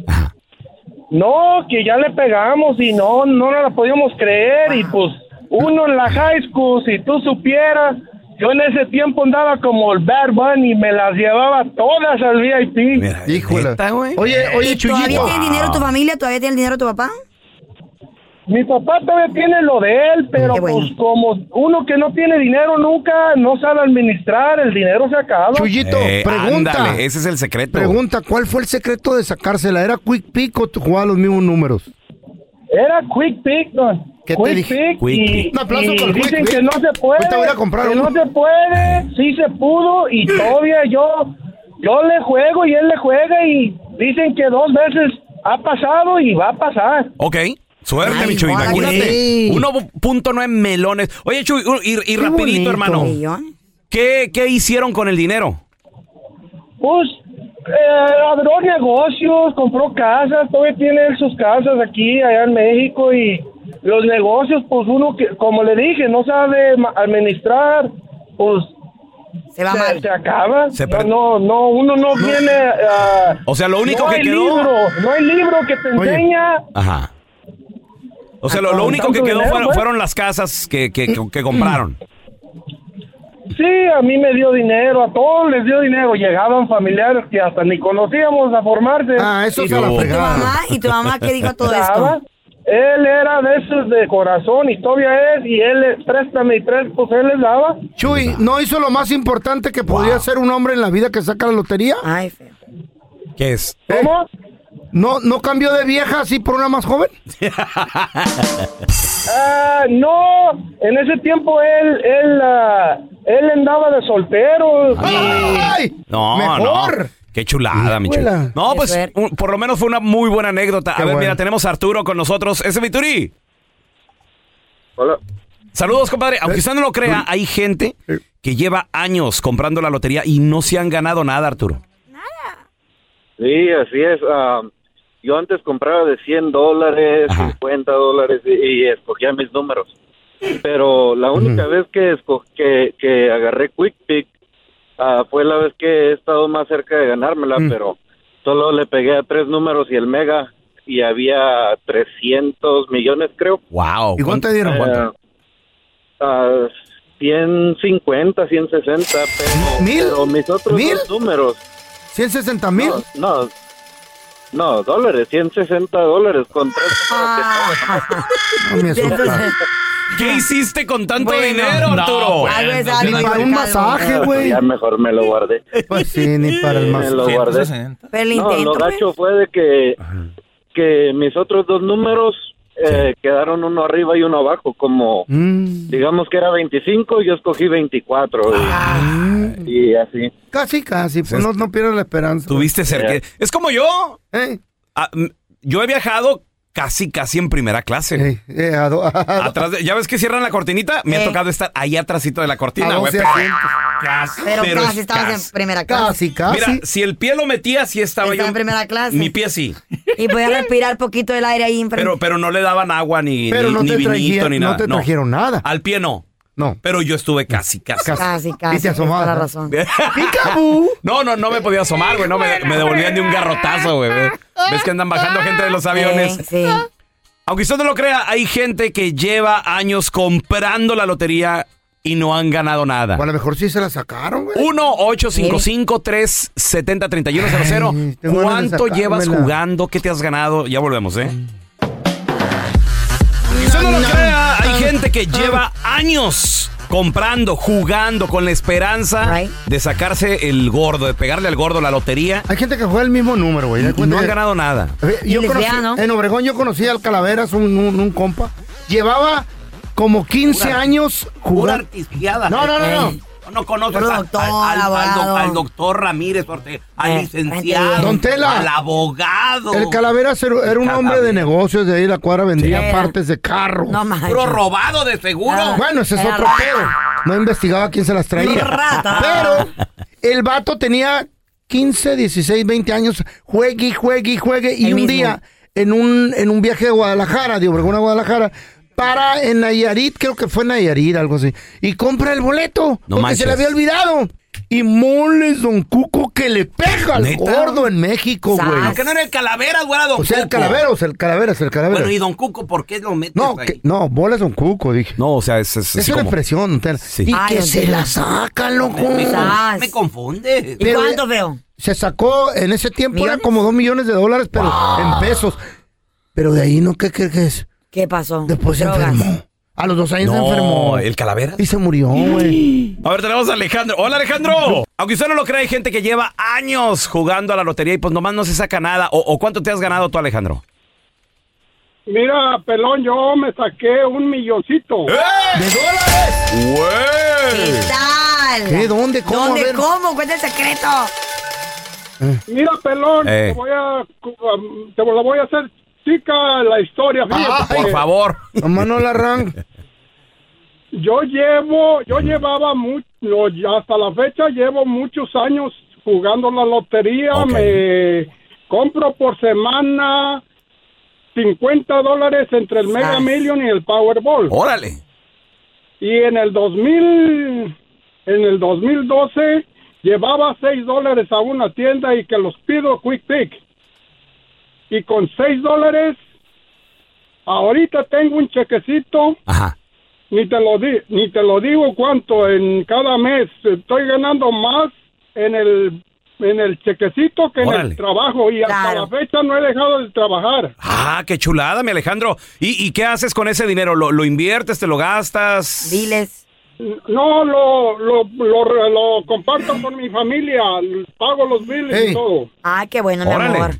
J: No, que ya le pegamos y no, no nos la podíamos creer y pues uno en la high school, si tú supieras, yo en ese tiempo andaba como el Bad Bunny, me las llevaba todas al VIP.
D: Híjole. Oye, oye,
C: ¿Y ¿Todavía
D: Chuyito.
C: tiene
E: Ah.
C: dinero tu familia? ¿Todavía tiene el dinero tu papá?
J: Mi papá todavía tiene lo de
D: Ah,
J: él, pero pues como uno que no tiene dinero nunca, no sabe administrar, el dinero se acaba.
D: Chuyito,
E: Eh,
D: pregunta.
E: ándale, ese es el secreto.
D: Pregunta, ¿cuál fue el secreto de sacársela? ¿Era quick pick o tú jugabas los mismos números?
J: Era quick pick, don.
D: ¿Qué te
J: Quick
D: dije?
J: Pick y,
D: Un aplauso
J: y
D: para el Quick
J: dicen
D: Pick.
J: que no se puede,
D: Ahorita voy a ir a comprar
J: que
D: uno.
J: no se puede, sí se pudo y todavía yo, yo le juego y él le juega y dicen que dos veces ha pasado y va a pasar.
E: Ok. Suerte,
J: Ay,
E: mi Chuy,
J: guácala.
E: imagínate. 1.9 melones. Oye, Chuy, u- y, y rapidito,
J: bonito.
E: hermano. ¿Qué, ¿Qué hicieron con el dinero?
J: Pues eh, abrió negocios, compró casas, todavía tiene él sus casas aquí, allá en México y los negocios, pues uno que, como le dije, no sabe ma- administrar, pues se,
C: va mal.
J: se acaba. no, no, no, uno no, viene. ah,
E: O sea, lo único
J: no
E: que
J: hay
E: quedó-
J: Libro, no hay libro que te
E: Oye.
J: enseña.
E: Ajá. O sea, lo,
J: Ah,
E: lo
J: con
E: único que
J: tanto
E: quedó
J: dinero,
E: fueron,
J: pues.
E: fueron las casas que, que, que- que compraron.
J: Sí, a mí me dio dinero, a todos les dio dinero. Llegaban familiares que hasta ni conocíamos a formarse. Ah,
D: eso
C: es a la ¿Y tu fregada. mamá? ¿Y tu mamá qué dijo a todo esto?
J: Él era de esos de corazón y todavía es, y él, eh, préstame y tres, pues él les daba.
D: Chuy, ¿no hizo lo más importante que podría ser un hombre en la vida que saca la lotería?
C: Ay, feo.
E: ¿Qué es?
J: ¿Cómo?
D: Eh, ¿No, ¿No cambió de vieja así por una más joven?
J: Ah, no, en ese tiempo él, él, ah, él andaba de soltero.
E: No,
J: Mejor.
E: no. Qué chulada, mi Chuy.
J: Híjole.
E: No,
J: Qué
E: pues
J: suerte.
E: un- por lo menos fue una muy buena anécdota. A
K: Qué
E: ver,
K: bueno.
E: mira, tenemos a Arturo con nosotros. Ese es Vituri.
K: Hola.
E: Saludos, compadre. Aunque usted no lo crea, hay gente que lleva años comprando la lotería y no se han ganado nada, Arturo.
K: Sí, así es. ah, yo antes compraba de 100 dólares, 50 dólares y, y escogía mis números. Pero la única vez que, esco- que, que agarré Quick Pick ah, fue la vez que he estado más cerca de ganármela,
E: Mm.
K: pero solo le pegué a tres números y el mega y había 300 millones, creo. Eh,
E: ¡Wow!
D: ¿Y cuánto
J: Eh,
D: dieron? ¿Cuánto?
K: 150, 160, pero, pero mis otros dos números.
D: ¿160 mil?
K: No, no, no, dólares, 160 dólares con tres números que-
E: ¿Qué hiciste con tanto
K: Bueno,
E: dinero,
K: no,
E: Arturo?
K: bueno, Algo es algo,
D: Ni para un masaje, güey.
K: Ya mejor me lo guardé.
D: Pues sí, ni para el
K: Me
D: masaje.
K: lo guardé.
C: Pero el
K: No,
C: intento,
K: lo gacho fue de que, que mis otros dos números eh, quedaron uno arriba y uno abajo, como
E: eh.
D: Mm.
K: digamos que era 25 y yo escogí 24. y-
D: Ah.
K: y así.
D: Casi, casi. Pues no, no pierdas la esperanza.
E: Tuviste cerca. Es como yo. Ah, mm, yo he viajado casi, casi en primera clase.
D: Eh, a do- a-
E: Atrás de- ya ves que cierran la cortinita,
C: Eh.
E: me ha tocado estar ahí atrásito de la
D: A
E: cortina, güey.
D: doce
E: pero-
D: asientos.
E: Casi,
C: Pero,
E: pero
C: casi
E: es
C: estabas en
E: casi.
C: primera clase.
D: Ah,
E: Mira, si el pie lo metía, sí estaba yo.
C: Estaba en primera clase.
E: Mi pie sí.
C: Y podía respirar poquito el aire ahí. en frente.
E: Pero, pero no le daban agua ni,
D: Pero
E: ni,
D: no
E: ni
D: te
E: vinito
D: trajeron-
E: ni
D: no
E: nada.
D: te trajeron nada.
E: Al pie no.
D: No.
E: Pero yo estuve casi, casi.
C: Casi, casi.
D: Y te asomabas,
C: toda la
D: ¿no?
C: razón.
E: No, no, no me podía asomar, güey. No, me, me devolvían de un garrotazo, güey. ¿Ves? ¿Ves que andan bajando gente de los aviones?
C: Sí.
E: Aunque usted no lo crea, hay gente que lleva años comprando la lotería y no han ganado nada.
D: a lo mejor sí se la sacaron, güey. tengo
E: 1-855-370-3100.
D: ganas de
E: ¿Cuánto llevas
D: sacármela.
E: jugando? ¿Qué te has ganado? Ya volvemos, ¿eh?
C: Ah.
E: Aunque usted no lo crea, hay gente que lleva años comprando, jugando, con la esperanza de sacarse el gordo, de pegarle al gordo la lotería.
D: Hay gente que juega el mismo número, güey.
E: Y no han ganado nada.
D: Eh, Yo
E: Y les
D: conocí-
E: vea, ¿no?
D: En Obregón yo conocí al Calaveras, un, un- un compa. Llevaba como 15 años jugar. No, no, no, no.
B: No conoces
D: Puro
B: a-
D: doctor,
B: al, al- al doc-
D: abogado. Eh,
B: al doctor Ramírez Ortega, al licenciado,
D: Don Tela.
B: al abogado.
D: El Calaveras era, era un hombre de negocios de ahí, la cuadra vendía
B: Era.
D: partes de carro.
B: No manches. Puro robado de seguro.
D: Ah, Bueno, ese es
B: Era
D: otro
B: rata.
D: pedo. No investigaba quién se las traía. Pero el vato tenía 15, 16, 20 años. Juegue, juegue, juegue. Y
L: El
D: un
L: mismo.
D: día, en un, en un viaje de Guadalajara, de Obregón a Guadalajara, para en Nayarit, creo que fue Nayarit, algo así. Y compra el boleto.
E: No
D: porque
E: manches.
D: se le había olvidado. y moles Don Cuco que le pega al gordo en México,
B: Ah, que
D: güey.
B: no era el calavera, güey, era Don
D: O sea, el
B: Cuco.
D: calavera, o sea, el calavera, es el calavera.
B: Bueno, y Don Cuco, ¿por qué lo metes
D: No,
B: ahí?
D: que- no, bolas Don Cuco, dije.
E: No, o sea, es, es,
D: es
B: así
D: una
B: como-
D: expresión. tal. Y
B: Ay,
D: que
B: don
D: se
B: Tela.
D: la sacan, loco.
B: Me, me- me confunde.
D: Pero, Se sacó en ese tiempo, eran como dos millones de dólares, pero en pesos. Pero de ahí no, ¿qué crees que es?
C: ¿Qué pasó?
D: Después se
C: Drogas.
D: enfermó. A los dos años se
E: No,
D: enfermó.
E: ¿el calavera?
D: Y se murió, güey.
E: A ver, tenemos a Alejandro. Hola, Alejandro. Aunque usted no lo crea, hay gente que lleva años jugando a la lotería y pues nomás no se saca nada. ¿O, o cuánto te has ganado tú, Alejandro?
L: Mira, pelón, yo me saqué un milloncito.
E: ¿De
L: dólares?
C: ¿Qué tal?
L: ¿Qué? ¿Dónde? ¿Cómo?
C: ¿Dónde?
L: A ver.
C: ¿Cómo? Cuenta el secreto.
L: Mira, pelón,
E: Eh.
L: te, voy a, um, te la voy a hacer chica la historia. fíjate.
E: Ah, Por favor.
D: Mamá no la arranca.
L: Yo llevo, yo llevaba mucho, hasta la fecha llevo muchos años jugando la lotería. Me compro por semana 50 dólares entre el Mega Million y el Powerball.
E: Órale.
L: Y en el 2000, en el 2012 llevaba 6 dólares a una tienda y que los pido quick pick. Y con 6 dólares, ahorita tengo un chequecito. Ni te lo di- ni te lo digo cuánto en cada mes estoy ganando más en el en el chequecito que en
E: Órale.
L: el trabajo y hasta
E: Claro.
L: la fecha no he dejado de trabajar.
E: Ah, qué chulada, mi Alejandro. ¿Y, y qué haces con ese dinero? ¿Lo, lo inviertes? ¿Te lo gastas?
C: Diles.
L: No, lo, lo, lo, lo comparto con mi familia, pago los biles y todo.
C: Ah, qué bueno, mi
E: Órale.
C: amor.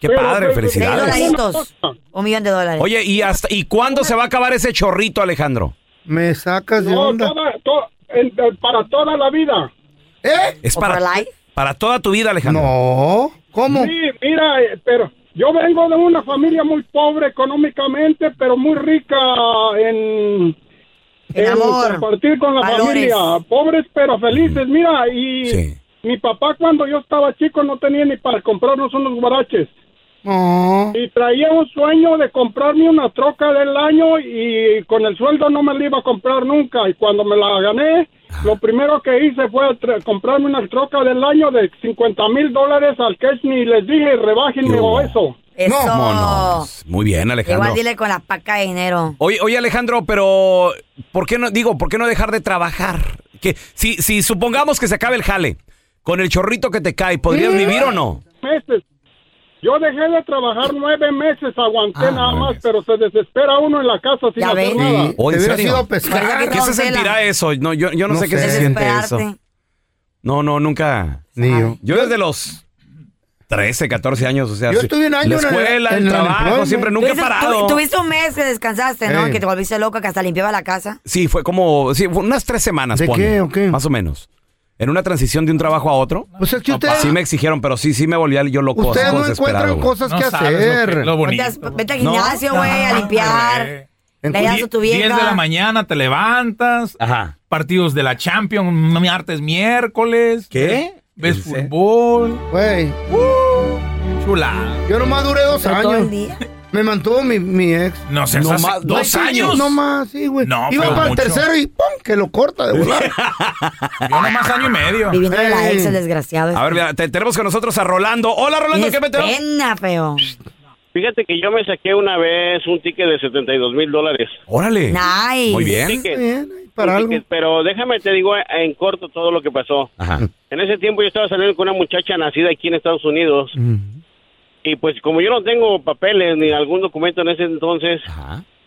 E: Qué
C: Seis
E: padre,
L: pues,
E: felicidades.
C: dolaritos. Un millón de dólares.
E: Oye, ¿y hasta y cuándo se va a acabar ese chorrito, Alejandro?
D: Me sacas de
L: No,
D: onda.
L: toda- to- en- en- para toda la vida.
D: ¿Eh?
E: Es para, para toda tu vida, Alejandro.
D: No. ¿Cómo?
L: Sí, mira, eh, pero yo vengo de una familia muy pobre económicamente, pero muy rica en,
M: En amor,
L: compartir con la
M: valores.
L: familia. Pobres pero felices,
D: Mm.
L: mira, y mi papá cuando yo estaba chico no tenía ni para comprarnos unos guaraches. Y traía un sueño de comprarme una troca del año y con el sueldo no me la iba a comprar nunca. Y cuando me la gané, lo primero que hice fue tra- comprarme una troca del año de 50 mil dólares al cash ni les dije, rebájenme o eso.
C: Eso.
E: Muy bien, Alejandro.
C: Igual dile con la paca de dinero.
E: Oye, oye, Alejandro, pero ¿por qué no digo, por qué no dejar de trabajar? Que si si supongamos que se acabe el jale con el chorrito que te cae, ¿podrías vivir o no?
L: Meses. Yo dejé de trabajar nueve meses, aguanté nada más, pero se desespera uno en la casa sin hacer nada.
E: Oh, ¿en
D: Te hubiera
E: serio?
D: ido a pescar.
E: ¿Qué se sentirá eso? No, yo, yo no,
D: No
E: sé qué
D: sé.
E: se siente
D: Desesperarte.
E: eso. No, no, nunca.
D: Ni yo.
E: desde los 13, 14 años, o sea,
D: Yo
E: sí,
D: estuve un año
E: la
D: en el-
E: escuela,
D: en
E: el,
D: el
E: trabajo,
D: unemployment.
E: siempre nunca he
C: Tuviste-
E: parado.
C: tu- Tuviste un mes que descansaste, ¿no?
E: Ey.
C: Que te volviste loco, que hasta limpiaba la casa.
E: Sí, fue como sí, fue unas tres semanas.
D: ¿De
E: ponle,
D: qué o
E: Más o menos. En una transición de un trabajo a otro.
D: Pues es que ustedes-
E: Sí me exigieron, pero sí, sí me volvía yo loco.
D: Ustedes no
E: desesperado,
D: encuentran
E: güey.
D: cosas que hacer.
C: Vete, a- Pues vete al gimnasio, güey, a limpiar. Le das a tu
F: 10 de
C: vieja.
F: la mañana te levantas. Partidos de la Champions, martes, miércoles.
E: ¿Qué?
F: Ves fútbol. Uh,
D: Güey.
F: chula.
D: Yo nomás duré dos
F: Pero todo
D: años.
F: el día.
D: Me mantuvo mi, mi ex.
F: No seas así. ¿Dos
D: Ay, sí,
F: años?
D: No más, sí, güey.
F: No,
D: Iba
F: pero
D: para
F: mucho.
D: el tercero y ¡pum! que lo corta de volar.
F: Yo nomás año y medio.
C: Viviendo de la
E: Ey.
C: ex, el desgraciado. Este,
E: A ver, mira, te- tenemos con nosotros a Rolando. Hola, Rolando, ¿qué
C: Es
E: meteo?
C: Pena, feo.
H: Fíjate que yo me saqué una vez un ticket de 72 mil dólares.
E: Órale.
C: Nice.
H: Muy bien. Ticket.
D: para
H: Un ticket, Pero déjame te digo en corto todo lo que pasó. En ese tiempo yo estaba saliendo con una muchacha nacida aquí en Estados Unidos. Y pues como yo no tengo papeles ni algún documento en ese entonces,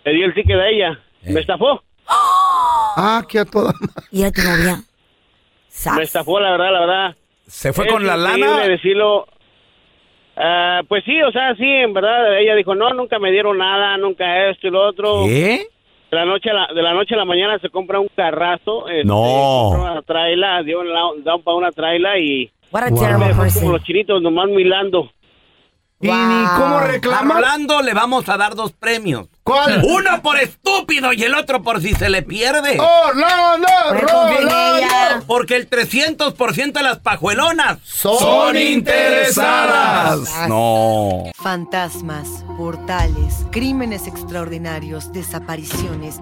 H: le di el ticket a ella. Me estafó.
D: Ah, que a toda
C: ¿Y era tu novia?
H: Me estafó, la verdad, la verdad.
E: ¿Se
D: fue con la lana?
H: decirlo. Ah, pues sí, o sea, sí, en verdad. Ella dijo, no, nunca me dieron nada, nunca esto y lo otro.
E: ¿Qué?
H: De la noche a la, de la, noche a la mañana se compra un carrazo. este,
E: No.
H: compra Una traila, dio un la- down para una traila y...
C: What
E: a terrible person.
H: Como los chinitos, nomás milando.
D: ¿Y ni
H: cómo reclamas?
B: A Rolando Ah, le vamos a dar dos premios.
D: ¿Cuál?
B: Uno por estúpido y el otro por si se le pierde.
D: Oh. ¡Orlando!
B: Porque el 300% de las pajuelonas son,
E: No.
N: Fantasmas, portales, crímenes extraordinarios, desapariciones.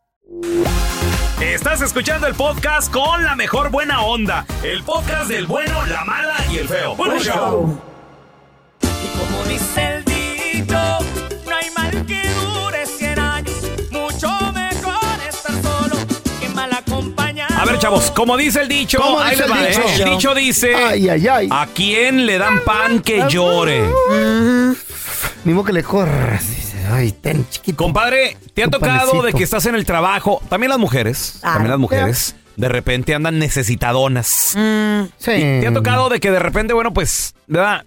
E: Estás escuchando el podcast con la mejor buena onda. El podcast del bueno, la mala y el feo. Bueno, show.
M: Como dice el dicho, no hay mal que dure 100 años. Mucho mejor estar solo que mal acompañado.
E: A ver, chavos, como dice el dicho,
M: ¿Cómo
E: ahí
M: dice
E: les
M: el
E: va,
M: dicho?
E: ¿eh? El dicho dice: ¿A quién le dan pan que llore?
D: Mismo que le corras. dice, Ay, ten chiquito.
E: Compadre, ¿te ha
D: Tu
E: tocado de
D: panecito.
E: que estás en el trabajo? También las mujeres.
D: Ah,
E: También las mujeres. De repente andan necesitadonas.
D: Mm,
C: Mm.
D: sí.
E: Y ¿Te ha tocado de que de repente, bueno, pues, ¿verdad?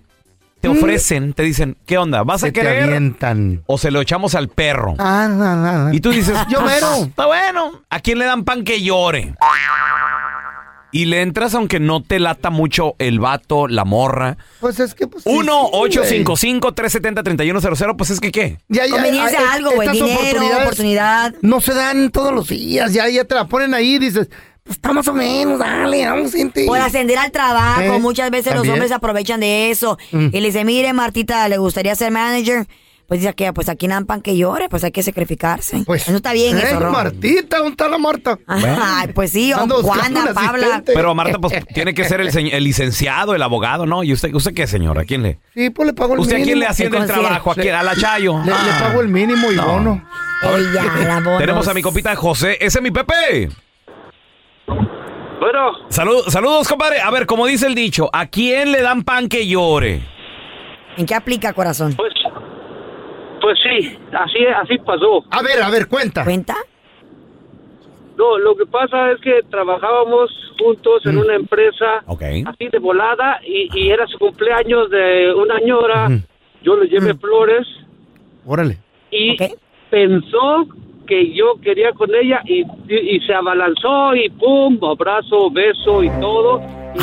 E: Te
D: Mm.
E: ofrecen, te dicen, ¿qué onda? ¿Vas a
D: Se te
E: querer?
D: avientan.
E: O se lo echamos al perro.
D: Ah, no, no, no.
E: Y tú dices,
D: yo
E: pues,
D: mero.
E: Está bueno. ¿A quién le dan pan que llore? Y le entras aunque no te lata mucho el vato, la morra.
D: Pues es que, pues. sí, sí, güey.
E: 1-855-370-3100. Pues es que, ¿qué?
D: Ya, ya,
C: Conveniencia
D: ah, eh,
C: algo, güey.
D: estas
C: Dinero,
D: oportunidades
C: oportunidad.
D: No se dan todos los días. Ya, ya te la ponen ahí y dices, pues está más o menos, dale, vamos, gente.
C: Por ascender al trabajo,
D: Eh,
C: muchas veces los
D: también.
C: hombres aprovechan de eso.
D: Mm.
C: Y le dice, mire, Martita, ¿le gustaría ser manager? Pues dice que, pues aquí nampan que llore, pues hay que sacrificarse. Pues, no está bien
D: Eh,
C: eso, Ron.
D: Martita, ¿dónde está la Marta?
C: Ay, pues sí, o
D: Ando buscando
C: Juana,
D: un
C: Pabla.
D: asistente.
E: Pero Marta, pues tiene que ser el, señ- el licenciado, el abogado, ¿no? ¿Y usted, usted qué, señor? ¿A quién le?
D: Sí, pues le pago el
E: ¿Usted a quién
D: mínimo.
E: le haciendo el trabajo? ¿A quién? ¿A la Chayo?
D: Le, le
E: Ah.
D: pago el mínimo y bono.
E: Tenemos a mi compita José. Ese es mi Pepe. Bueno. saludos, compadre. A ver, como dice el dicho, ¿a quién le dan pan que llore?
C: ¿En qué aplica, corazón?
O: Pues sí, así, así pasó.
D: A ver, a ver, cuenta.
C: ¿Cuenta?
O: No, lo que pasa es que trabajábamos juntos
D: Mm.
O: en una empresa así de volada y, y era su cumpleaños de una ñora. Yo le
D: Mm.
O: llevé flores
D: Órale.
O: y pensó que yo quería con ella y, y- y se abalanzó y pum, abrazo, beso y todo. Y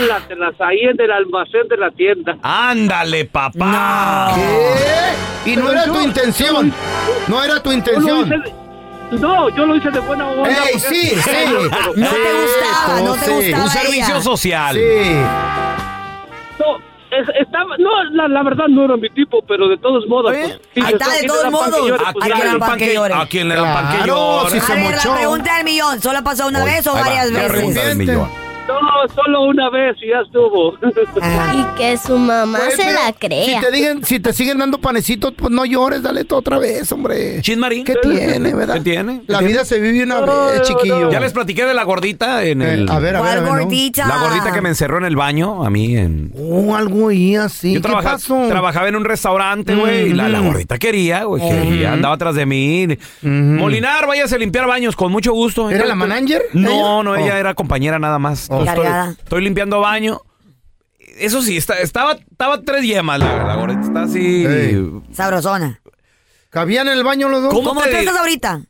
O: bolas, se las ahí en el almacén de la tienda.
E: ¡Ándale, papá!
D: Y no era tu intención. No era tu intención.
O: No, yo lo hice de buena onda.
D: ¡Ey,
O: porque-
D: sí, sí!
O: No te gustaba, no te
D: José.
O: gustaba Un servicio ella. social. No, es- estaba, no la, la verdad no era mi tipo, pero de todos modos. pues, sí,
C: Ahí está,
O: ¿a
C: de
O: quién le
C: todos
O: dan pan que
C: modos.
O: llore? Pues,
C: ¿A quién le
O: dale.
C: dan pan que llore?
E: ¿A quién le dan pan que
D: Claro,
E: llore?
D: si se
C: A ver, la pregunta del millón, ¿solo pasó una vez o
E: Ahí va,
C: varias
E: la
C: veces?
E: pregunta del millón.
O: No, solo una vez y ya estuvo.
C: Ah.
P: Y que su mamá
D: Güey,
P: se
D: pero
P: la crea.
D: Pues, Si te, digan, si te siguen dando panecitos, pues no llores, dale todo otra vez, hombre.
E: Chismarín.
D: ¿Qué tiene, verdad?
E: ¿Qué tiene?
D: La vida se vive una vez, eh, chiquillo. Eh,
E: Ya les platiqué de la gordita en el.
D: a ver, a ver, a ¿Cuál ver, ¿no? gordita?
E: La gordita que me encerró en el baño, a mí en.
D: Oh, algo ahí así.
E: Yo
D: ¿Qué
E: trabaja-
D: pasó?
E: trabajaba en un restaurante, güey, y la, la gordita quería, güey,
D: Ujú.
E: quería, andaba atrás de mí. Molinar, váyase a limpiar baños, con mucho gusto.
D: ¿Era la manager?
E: No,
D: ¿Ella?
E: no, ella
D: Oh.
E: era compañera nada más.
D: Oh.
E: Estoy,
D: Encargada.
E: estoy limpiando baño. Eso sí, está- estaba, estaba tres yemas la, la gordita, está así...
C: Sabrosona.
D: ¿Cabían en el baño los dos?
C: ¿Cómo tú estás ahorita?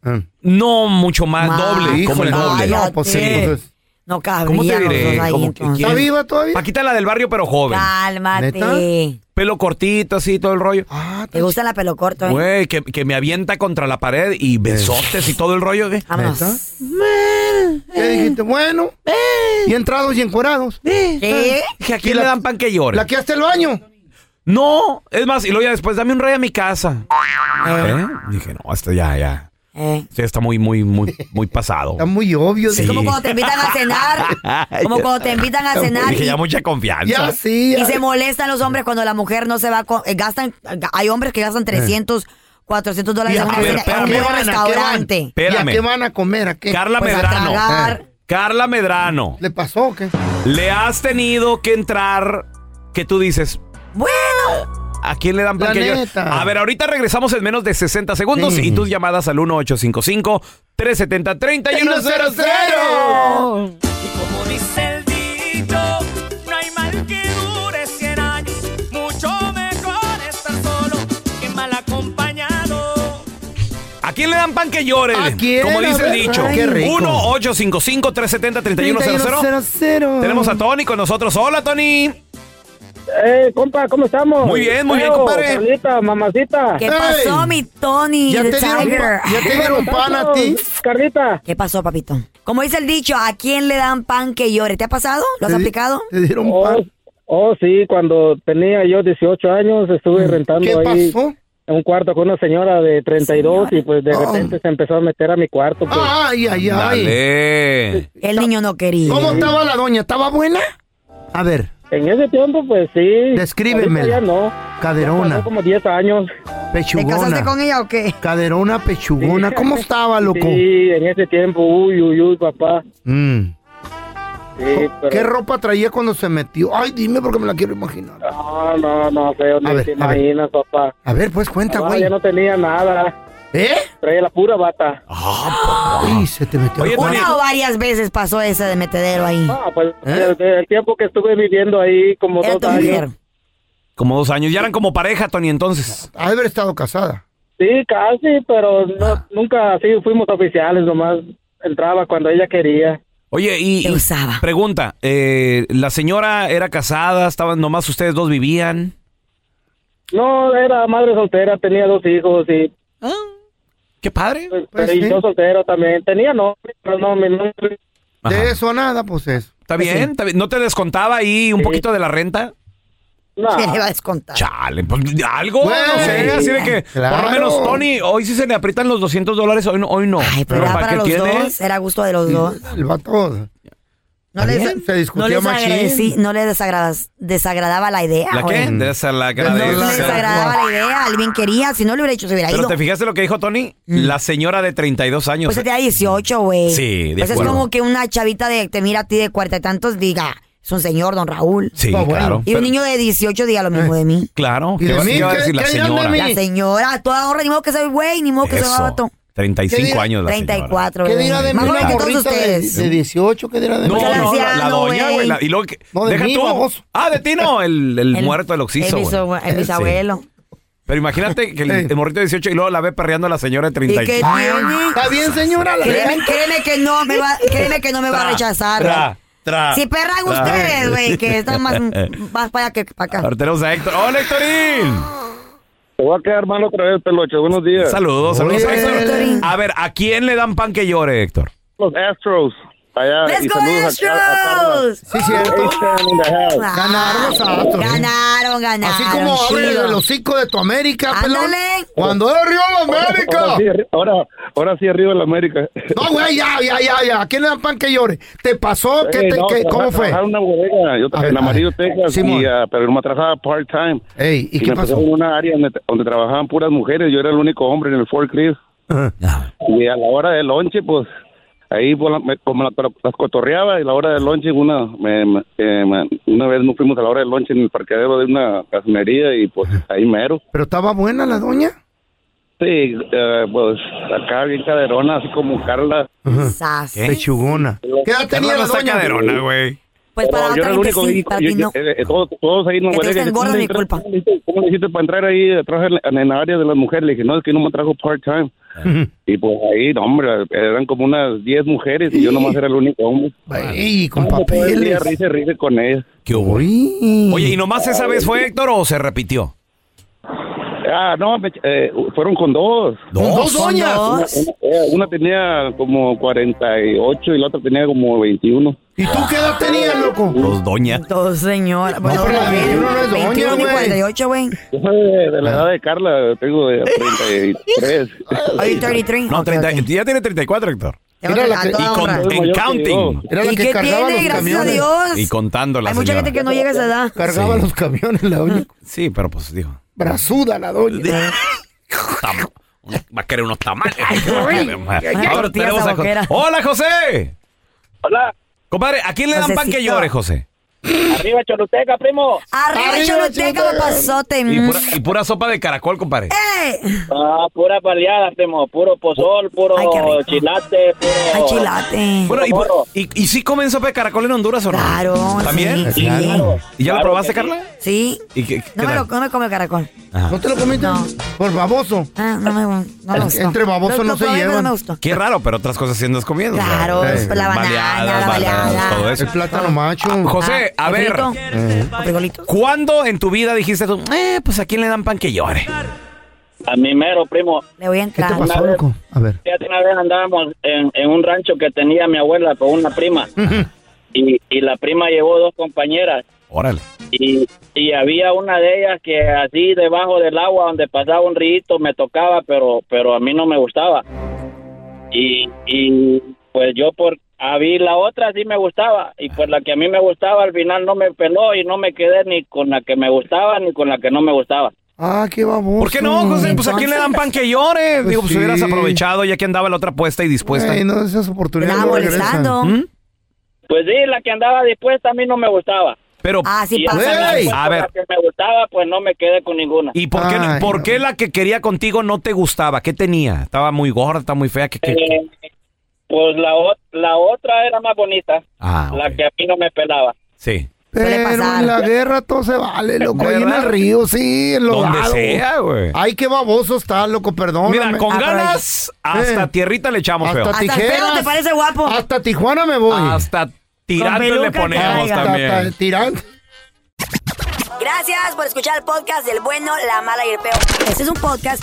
E: No, mucho más,
C: Más.
E: doble, como el doble.
C: Híjole, no, pues sí,
E: Eh,
C: entonces- No cabían
E: ¿Cómo
C: los
E: te diré?
C: dos ahí,
E: Como que
C: entonces.
E: quién- Paquita la del barrio, pero joven.
C: Cálmate.
E: ¿Neta? Pelo cortito, así, todo el rollo.
D: Ah.
C: ¿Te gusta la pelo corto, eh?
E: Güey, que, que me avienta contra la pared y besotes y todo el rollo. güey.
C: Vámonos.
D: ¿Qué dijiste? Bueno. Y entrados y encuerados.
E: ¿Qué? Que aquí le dan pan que llore.
D: ¿La que hasta el baño?
E: No, es más, y luego ya después, dame un rey a mi casa. ¿Eh? Dije, no, hasta ya, ya.
C: Eh.
E: Sí, está muy, muy, muy, muy pasado. Está
D: muy obvio.
E: Sí.
C: Es como cuando te invitan a cenar. Como cuando te invitan a cenar
E: Dije,
C: y,
E: ya mucha confianza.
C: y se molestan los hombres cuando la mujer no se va con, eh, gastan Hay hombres que
D: Eh.
C: gastan 300, 400 dólares en una
E: a ver,
C: cena- en
E: espérame.
C: un buen
E: ¿A qué van?
C: restaurante.
D: ¿Y
E: Espérame.
D: a qué van a comer? ¿A qué?
E: Carla
D: Pues a
E: Medrano. Ah.
D: tragar.
E: Carla Medrano.
D: ¿Le pasó o qué?
E: ¿Le has tenido que entrar que tú dices,
C: bueno,
E: ¿a quién le dan
D: La
E: pan que llore?
D: neta.
E: A ver, ahorita regresamos en menos de 60 segundos y tus llamadas al 1855 370 3100.
M: Como dice el dicho, no hay mal que dure 100 años. Mucho mejor estar solo que mal acompañado.
E: ¿A ¿A quién le dan pan que llore?
D: quién?
E: Como dice
D: A
E: el
D: ver,
E: dicho.
D: ay, qué rico.
E: 1-855-370-3100. Tenemos a Tony con nosotros. Hola, Tony.
Q: Eh, compa, ¿cómo estamos?
E: Muy bien, muy bien,
Q: Leo,
E: compadre.
Q: Carlita, mamacita.
C: ¿Qué pasó, mi Tony?
Q: ¿Ya
C: the
Q: te dieron
C: Tiger?
Q: pa- ya te dieron pan a ti? Carlita.
C: ¿Qué pasó, papito? Como dice el dicho, ¿a quién le dan pan que llore? ¿Te ha pasado? ¿Lo has aplicado?
D: ¿Te dieron
Q: pan? Oh, sí, cuando tenía yo 18 años estuve rentando
D: ¿Qué
Q: ahí
D: pasó?
Q: un cuarto con una señora de 32 y pues de
D: Ah.
Q: repente se empezó a meter a mi cuarto. pues.
C: Ah.
D: Ay, ay, ay.
C: El niño no quería.
D: ¿Cómo estaba la doña? ¿Estaba buena? A ver.
Q: En ese tiempo, pues sí.
D: Descríbemela.
Q: Ahorita ya no. Ya
D: Caderona.
Q: pasó como 10 años.
D: Pechugona.
C: ella o qué?
D: Caderona, pechugona. ¿Cómo estaba, loco?
Q: Sí, en ese tiempo, uy, uy, uy, papá.
D: Mm.
Q: Sí,
D: ¿Qué
Q: pero-
D: ropa traía cuando se metió? Ay, dime porque me la quiero imaginar.
Q: No, no, no, feo,
D: A
Q: no
D: ver,
Q: te
D: a ver.
Q: imaginas, papá.
D: A ver, pues cuenta,
Q: Ah,
D: güey.
Q: ya no tenía nada.
D: ¿Eh? Ah,
Q: Traía la pura bata.
D: Ay, se te metió.
C: Una o varias veces pasó esa de metedero ahí.
Q: Ah, pues
D: ¿Eh?
Q: el, el tiempo que estuve viviendo ahí, como
C: Era
Q: dos
C: tu
Q: años.
C: mujer.
E: Como dos años. Ya eran como pareja, Tony, entonces.
D: Ha de haber estado casada.
Q: Sí, casi, pero no-
D: Ah.
Q: nunca así fuimos oficiales, nomás entraba cuando ella quería.
E: Oye, y.
Q: Te
E: y
Q: usaba.
E: Pregunta: eh, ¿la señora era casada? ¿Estaban nomás ustedes dos vivían?
Q: No, era madre soltera, tenía dos hijos y...
D: Ah,
Q: Pues,
E: ¡Qué padre!
Q: Pero
D: pues,
Q: y yo soltero también, tenía novio, pero no, mi novio-
D: De eso nada, pues eso.
E: ¿Está bien? ¿Está bien? ¿No te descontaba ahí un poquito de la renta?
C: ¿Qué le va a descontar?
E: Chale, pues algo,
C: Güey.
E: no sé, así de que por
C: Claro.
E: lo menos Tony, hoy sí se le aprietan los 200 dólares, hoy no. Hoy no.
C: Pero era para los
E: tiene?
C: dos, era gusto de los dos.
D: El vato.
C: No
E: ¿eh?
C: les,
D: se
C: no
D: discutió
C: les,
D: machín.
C: agradecí- no les desagradas- desagradaba la idea.
E: ¿La
C: güey.
E: qué? De esa la
C: pues No les desagradaba la idea, él bien quería, si no le hubiera hecho, se hubiera
E: Pero
C: ido.
E: te fijaste lo que dijo Tony,
C: Mm.
E: la señora de 32 años.
C: Pues se te da 18, güey.
E: Sí, de
C: Pues es
E: acuerdo.
C: como que una chavita de te mira a ti de cuarenta y tantos diga, es un señor, don Raúl.
E: Sí, Ah, bueno. claro.
C: Y
E: Pero-
C: un niño de 18 diga lo mismo de mí.
E: Claro,
C: ¿Y
E: ¿qué
C: de
E: va,
C: mí?
E: qué va a
C: ¿Qué-
E: decir la
C: qué dirán de
E: señora?
C: mí? La señora, a toda honra, ni modo que soy güey, ni modo que soy
E: Eso,
C: vato.
E: 35 años la señora.
C: 34,
D: ¿Qué
C: bebé.
D: dirá de mí
C: eh. Más
D: una
C: joven que todos
D: morrita de,
C: ustedes.
D: de 18? ¿Qué dirá de
E: No,
D: mí?
E: no, la, la doña, güey. la- Y luego que,
D: No, de
E: deja
D: mí,
E: tú.
D: baboso.
E: Ah, de ti no, el, el muerto, el
C: El
E: oxiso.
C: biso-
E: güey. Eh,
C: el bisabuelo.
E: Pero imagínate que el, el morrito de 18 y luego la ve perreando a la señora de
C: ¿Y
E: 30.
C: qué tiene?
D: Está bien, señora. la
C: Créeme,
D: verdad.
C: créeme que no me va, créeme que no me va a
E: Tra,
C: rechazar.
E: tra,
C: güey.
E: tra,
C: si perran
E: tra.
C: ustedes, güey, que están más, más para allá que para acá.
E: Ahora tenemos a Héctor. ¡Hola, Héctorín!
R: Te voy a quedar mal otra vez, Pelocho. Buenos días.
E: Saludos, saludos a
R: Oye.
E: Héctor. A ver, ¿a quién le dan pan que llore, Héctor?
R: Los Astros. Allá.
C: ¡Let's
R: y
C: go,
R: saludos a- a- a Carla.
C: Astros!
D: Sí, cierto.
R: Asian in the house.
D: Ganaron los astros.
C: Ganaron, ganaron.
D: Ah, Así como abre
C: chido.
D: el hocico de tu América, pelón.
C: Ándale.
D: Cuando es Río de
R: Ahora Oh, sí,
D: América.
R: arri- ahora, ahora sí arriba la América.
D: No, güey, ya, ya, ya, ya. ¿A quién le dan pan que llore? ¿Te pasó? ¿Qué,
R: Ey,
D: te,
R: no,
D: qué-
R: trabajaba-
D: ¿Cómo fue?
R: trabajaba en una bodega, yo
D: A
R: trabajaba
D: ver,
R: en
D: a
R: Amarillo,
D: ver.
R: Texas,
D: Simón.
R: y, ah, pero me trabajaba part-time.
D: ¿y qué
R: me
D: pasó?
R: pusieron en una área donde, donde trabajaban puras mujeres, yo era el único hombre en el forklift. Y a la hora del lonche, pues, ahí pues, la- me- como la- las cotorreaba, y a la hora del lonche, una, me- me- eh, me- una vez nos fuimos a la hora del lonche en el parqueadero de una gasolinería y pues ahí mero.
D: ¿Pero estaba buena la doña?
R: Sí, eh, pues acá bien caderona, así como Carla.
C: Sas.
D: Pechugona. ¿Qué edad tenía la doña?
E: güey.
C: Pues para
R: yo
C: otra
R: era el
C: gente
R: único
C: sí,
R: hijo,
C: para
R: yo-
C: ti
R: yo-
C: no.
R: eh, eh, todos, todos ahí nos
C: Que todos
R: huelgan,
C: te
R: ¿cómo
C: engordan,
R: le
C: mi
R: hiciste-
C: culpa.
R: ¿Cómo le hiciste- cómo le hiciste para entrar ahí atrás en, la- en el área de las mujeres? Le dije, no, es que no me trajo part-time. Y pues ahí, no, hombre, eran como unas 10 mujeres y yo nomás era el único hombre. pues,
D: Y con
R: Ella
D: papeles.
R: ríe, ríe con ellas.
E: ¿Qué hubo? Oye, ¿y nomás esa vez fue Héctor o se repitió?
R: Ah, no, me- eh, fueron con dos.
E: ¿Dos? ¿Con dos doñas?
R: Una, una- eh, una tenía como 48 y la otra tenía como 21.
D: ¿Y tú qué edad tenías, loco?
E: Dos doñas.
C: Dos señoras. Bueno,
D: pero la 21 no es doña,
C: 21 y
D: güey. Ah.
C: 48, güey.
R: Yo soy de, de la edad de Carla, tengo de 33.
C: Ahí 33.
E: No, 30, ya tiene 34, Héctor.
C: Era la que- a
E: y
C: toda
E: con-
C: honra.
E: en counting.
D: Era la
C: ¿Y
D: que
C: qué
D: cargaba
C: tiene?
D: los
C: Gracias
D: camiones.
C: a Dios.
E: Y contando la
C: Hay mucha
E: señora.
C: gente que no llega a esa edad.
D: Cargaba los camiones la doña.
E: Sí, pero pues dijo.
D: Brazuda la doña.
E: tam- Va a querer unos tamales.
D: ay,
E: Ahora
D: tortillas
E: tenemos a
D: saboqueras.
E: José. Hola, José.
R: Hola.
E: Compadre, ¿a quién le dan pan que
M: Josecito.
E: llore, José?
R: Arriba Choluteca, primo.
D: Ah,
C: Arriba, Choluteca, papazote.
E: Y pura, y pura sopa de caracol, compadre.
R: Ah, pura baleada, primo. Puro pozol, puro chilate, puro...
C: Ay, chilate.
E: Bueno, y, y, y sí comen sopa de caracol en Honduras o no?
C: Claro.
E: ¿También?
C: sí, sí.
E: ¿Y ya
C: Claro
E: la probaste,
C: que sí.
E: Carla?
C: Sí.
E: ¿Y qué, qué
C: No me,
E: tal?
C: lo, no me come el caracol.
E: Ajá.
D: ¿No te lo comiste?
C: No.
D: Por baboso.
C: Ah, no me, no me gustó.
D: Entre baboso
C: Lo-
D: no
C: lo
D: se
C: probé, pero No
D: llevan.
C: me gustó.
E: Qué raro, pero otras cosas sí andas comiendo. o sea,
C: Claro,
E: eh,
C: la banana, la
E: baleadas,
C: baleada. Ah,
E: todo eso. Ah,
D: El plátano macho. Eh.
E: José, a ver. ¿Cuándo en tu vida dijiste tú, eh, pues a quién le dan pan que llore?
M: A mi mero primo.
C: Me voy a entrar.
M: Una vez- fíjate, una vez andábamos en, en un rancho que tenía mi abuela con una prima. y, y la prima llevó dos compañeras.
E: Órale.
M: Y, y había una de ellas que así debajo del agua donde pasaba un rito me tocaba, pero, pero a mí no me gustaba. Y, y pues yo por... A mí la otra sí me gustaba y pues la que a mí me gustaba al final no me peló y no me quedé ni con la que me gustaba ni con la que no me gustaba.
D: Ah, qué baboso.
E: ¿Por qué no, José? Pues a quién le dan pan que llore. Digo, pues
D: sí.
E: hubieras aprovechado ya que andaba la otra puesta y dispuesta.
D: Ey, no, esas oportunidades
E: Estaba
D: no regresan.
E: molestando. ¿Mm?
M: Pues sí, la que andaba dispuesta a mí no me gustaba.
E: Pero
M: Y al final, pues,
E: a ver,
M: La que me gustaba, pues no me quedé con ninguna.
E: ¿y por qué, no- por qué la que quería contigo no te gustaba? ¿Qué tenía? Estaba muy gorda, muy fea. que- que- que-
M: Eh, pues la, o- la otra era más bonita.
E: Ah,
M: La que a mí no me pelaba.
E: sí.
D: Pero en la guerra todo se vale, loco. Ahí en
E: ¿Verdad?
D: el río, sí, en lo
E: Donde
D: dado.
E: sea, güey.
D: Ay, qué baboso está, loco, Ah, perdón.
E: Mira, con ganas, hasta tierrita le echamos,
D: Eh, Hasta
E: feo.
D: Hasta el tijeras. feo te
C: parece guapo.
D: Hasta Tijuana me voy.
E: Hasta tirando le
D: peluca
E: ponemos
D: caiga.
E: también.
D: Hasta tirando.
C: Gracias por escuchar el podcast del bueno, la mala y el peor. Este es un podcast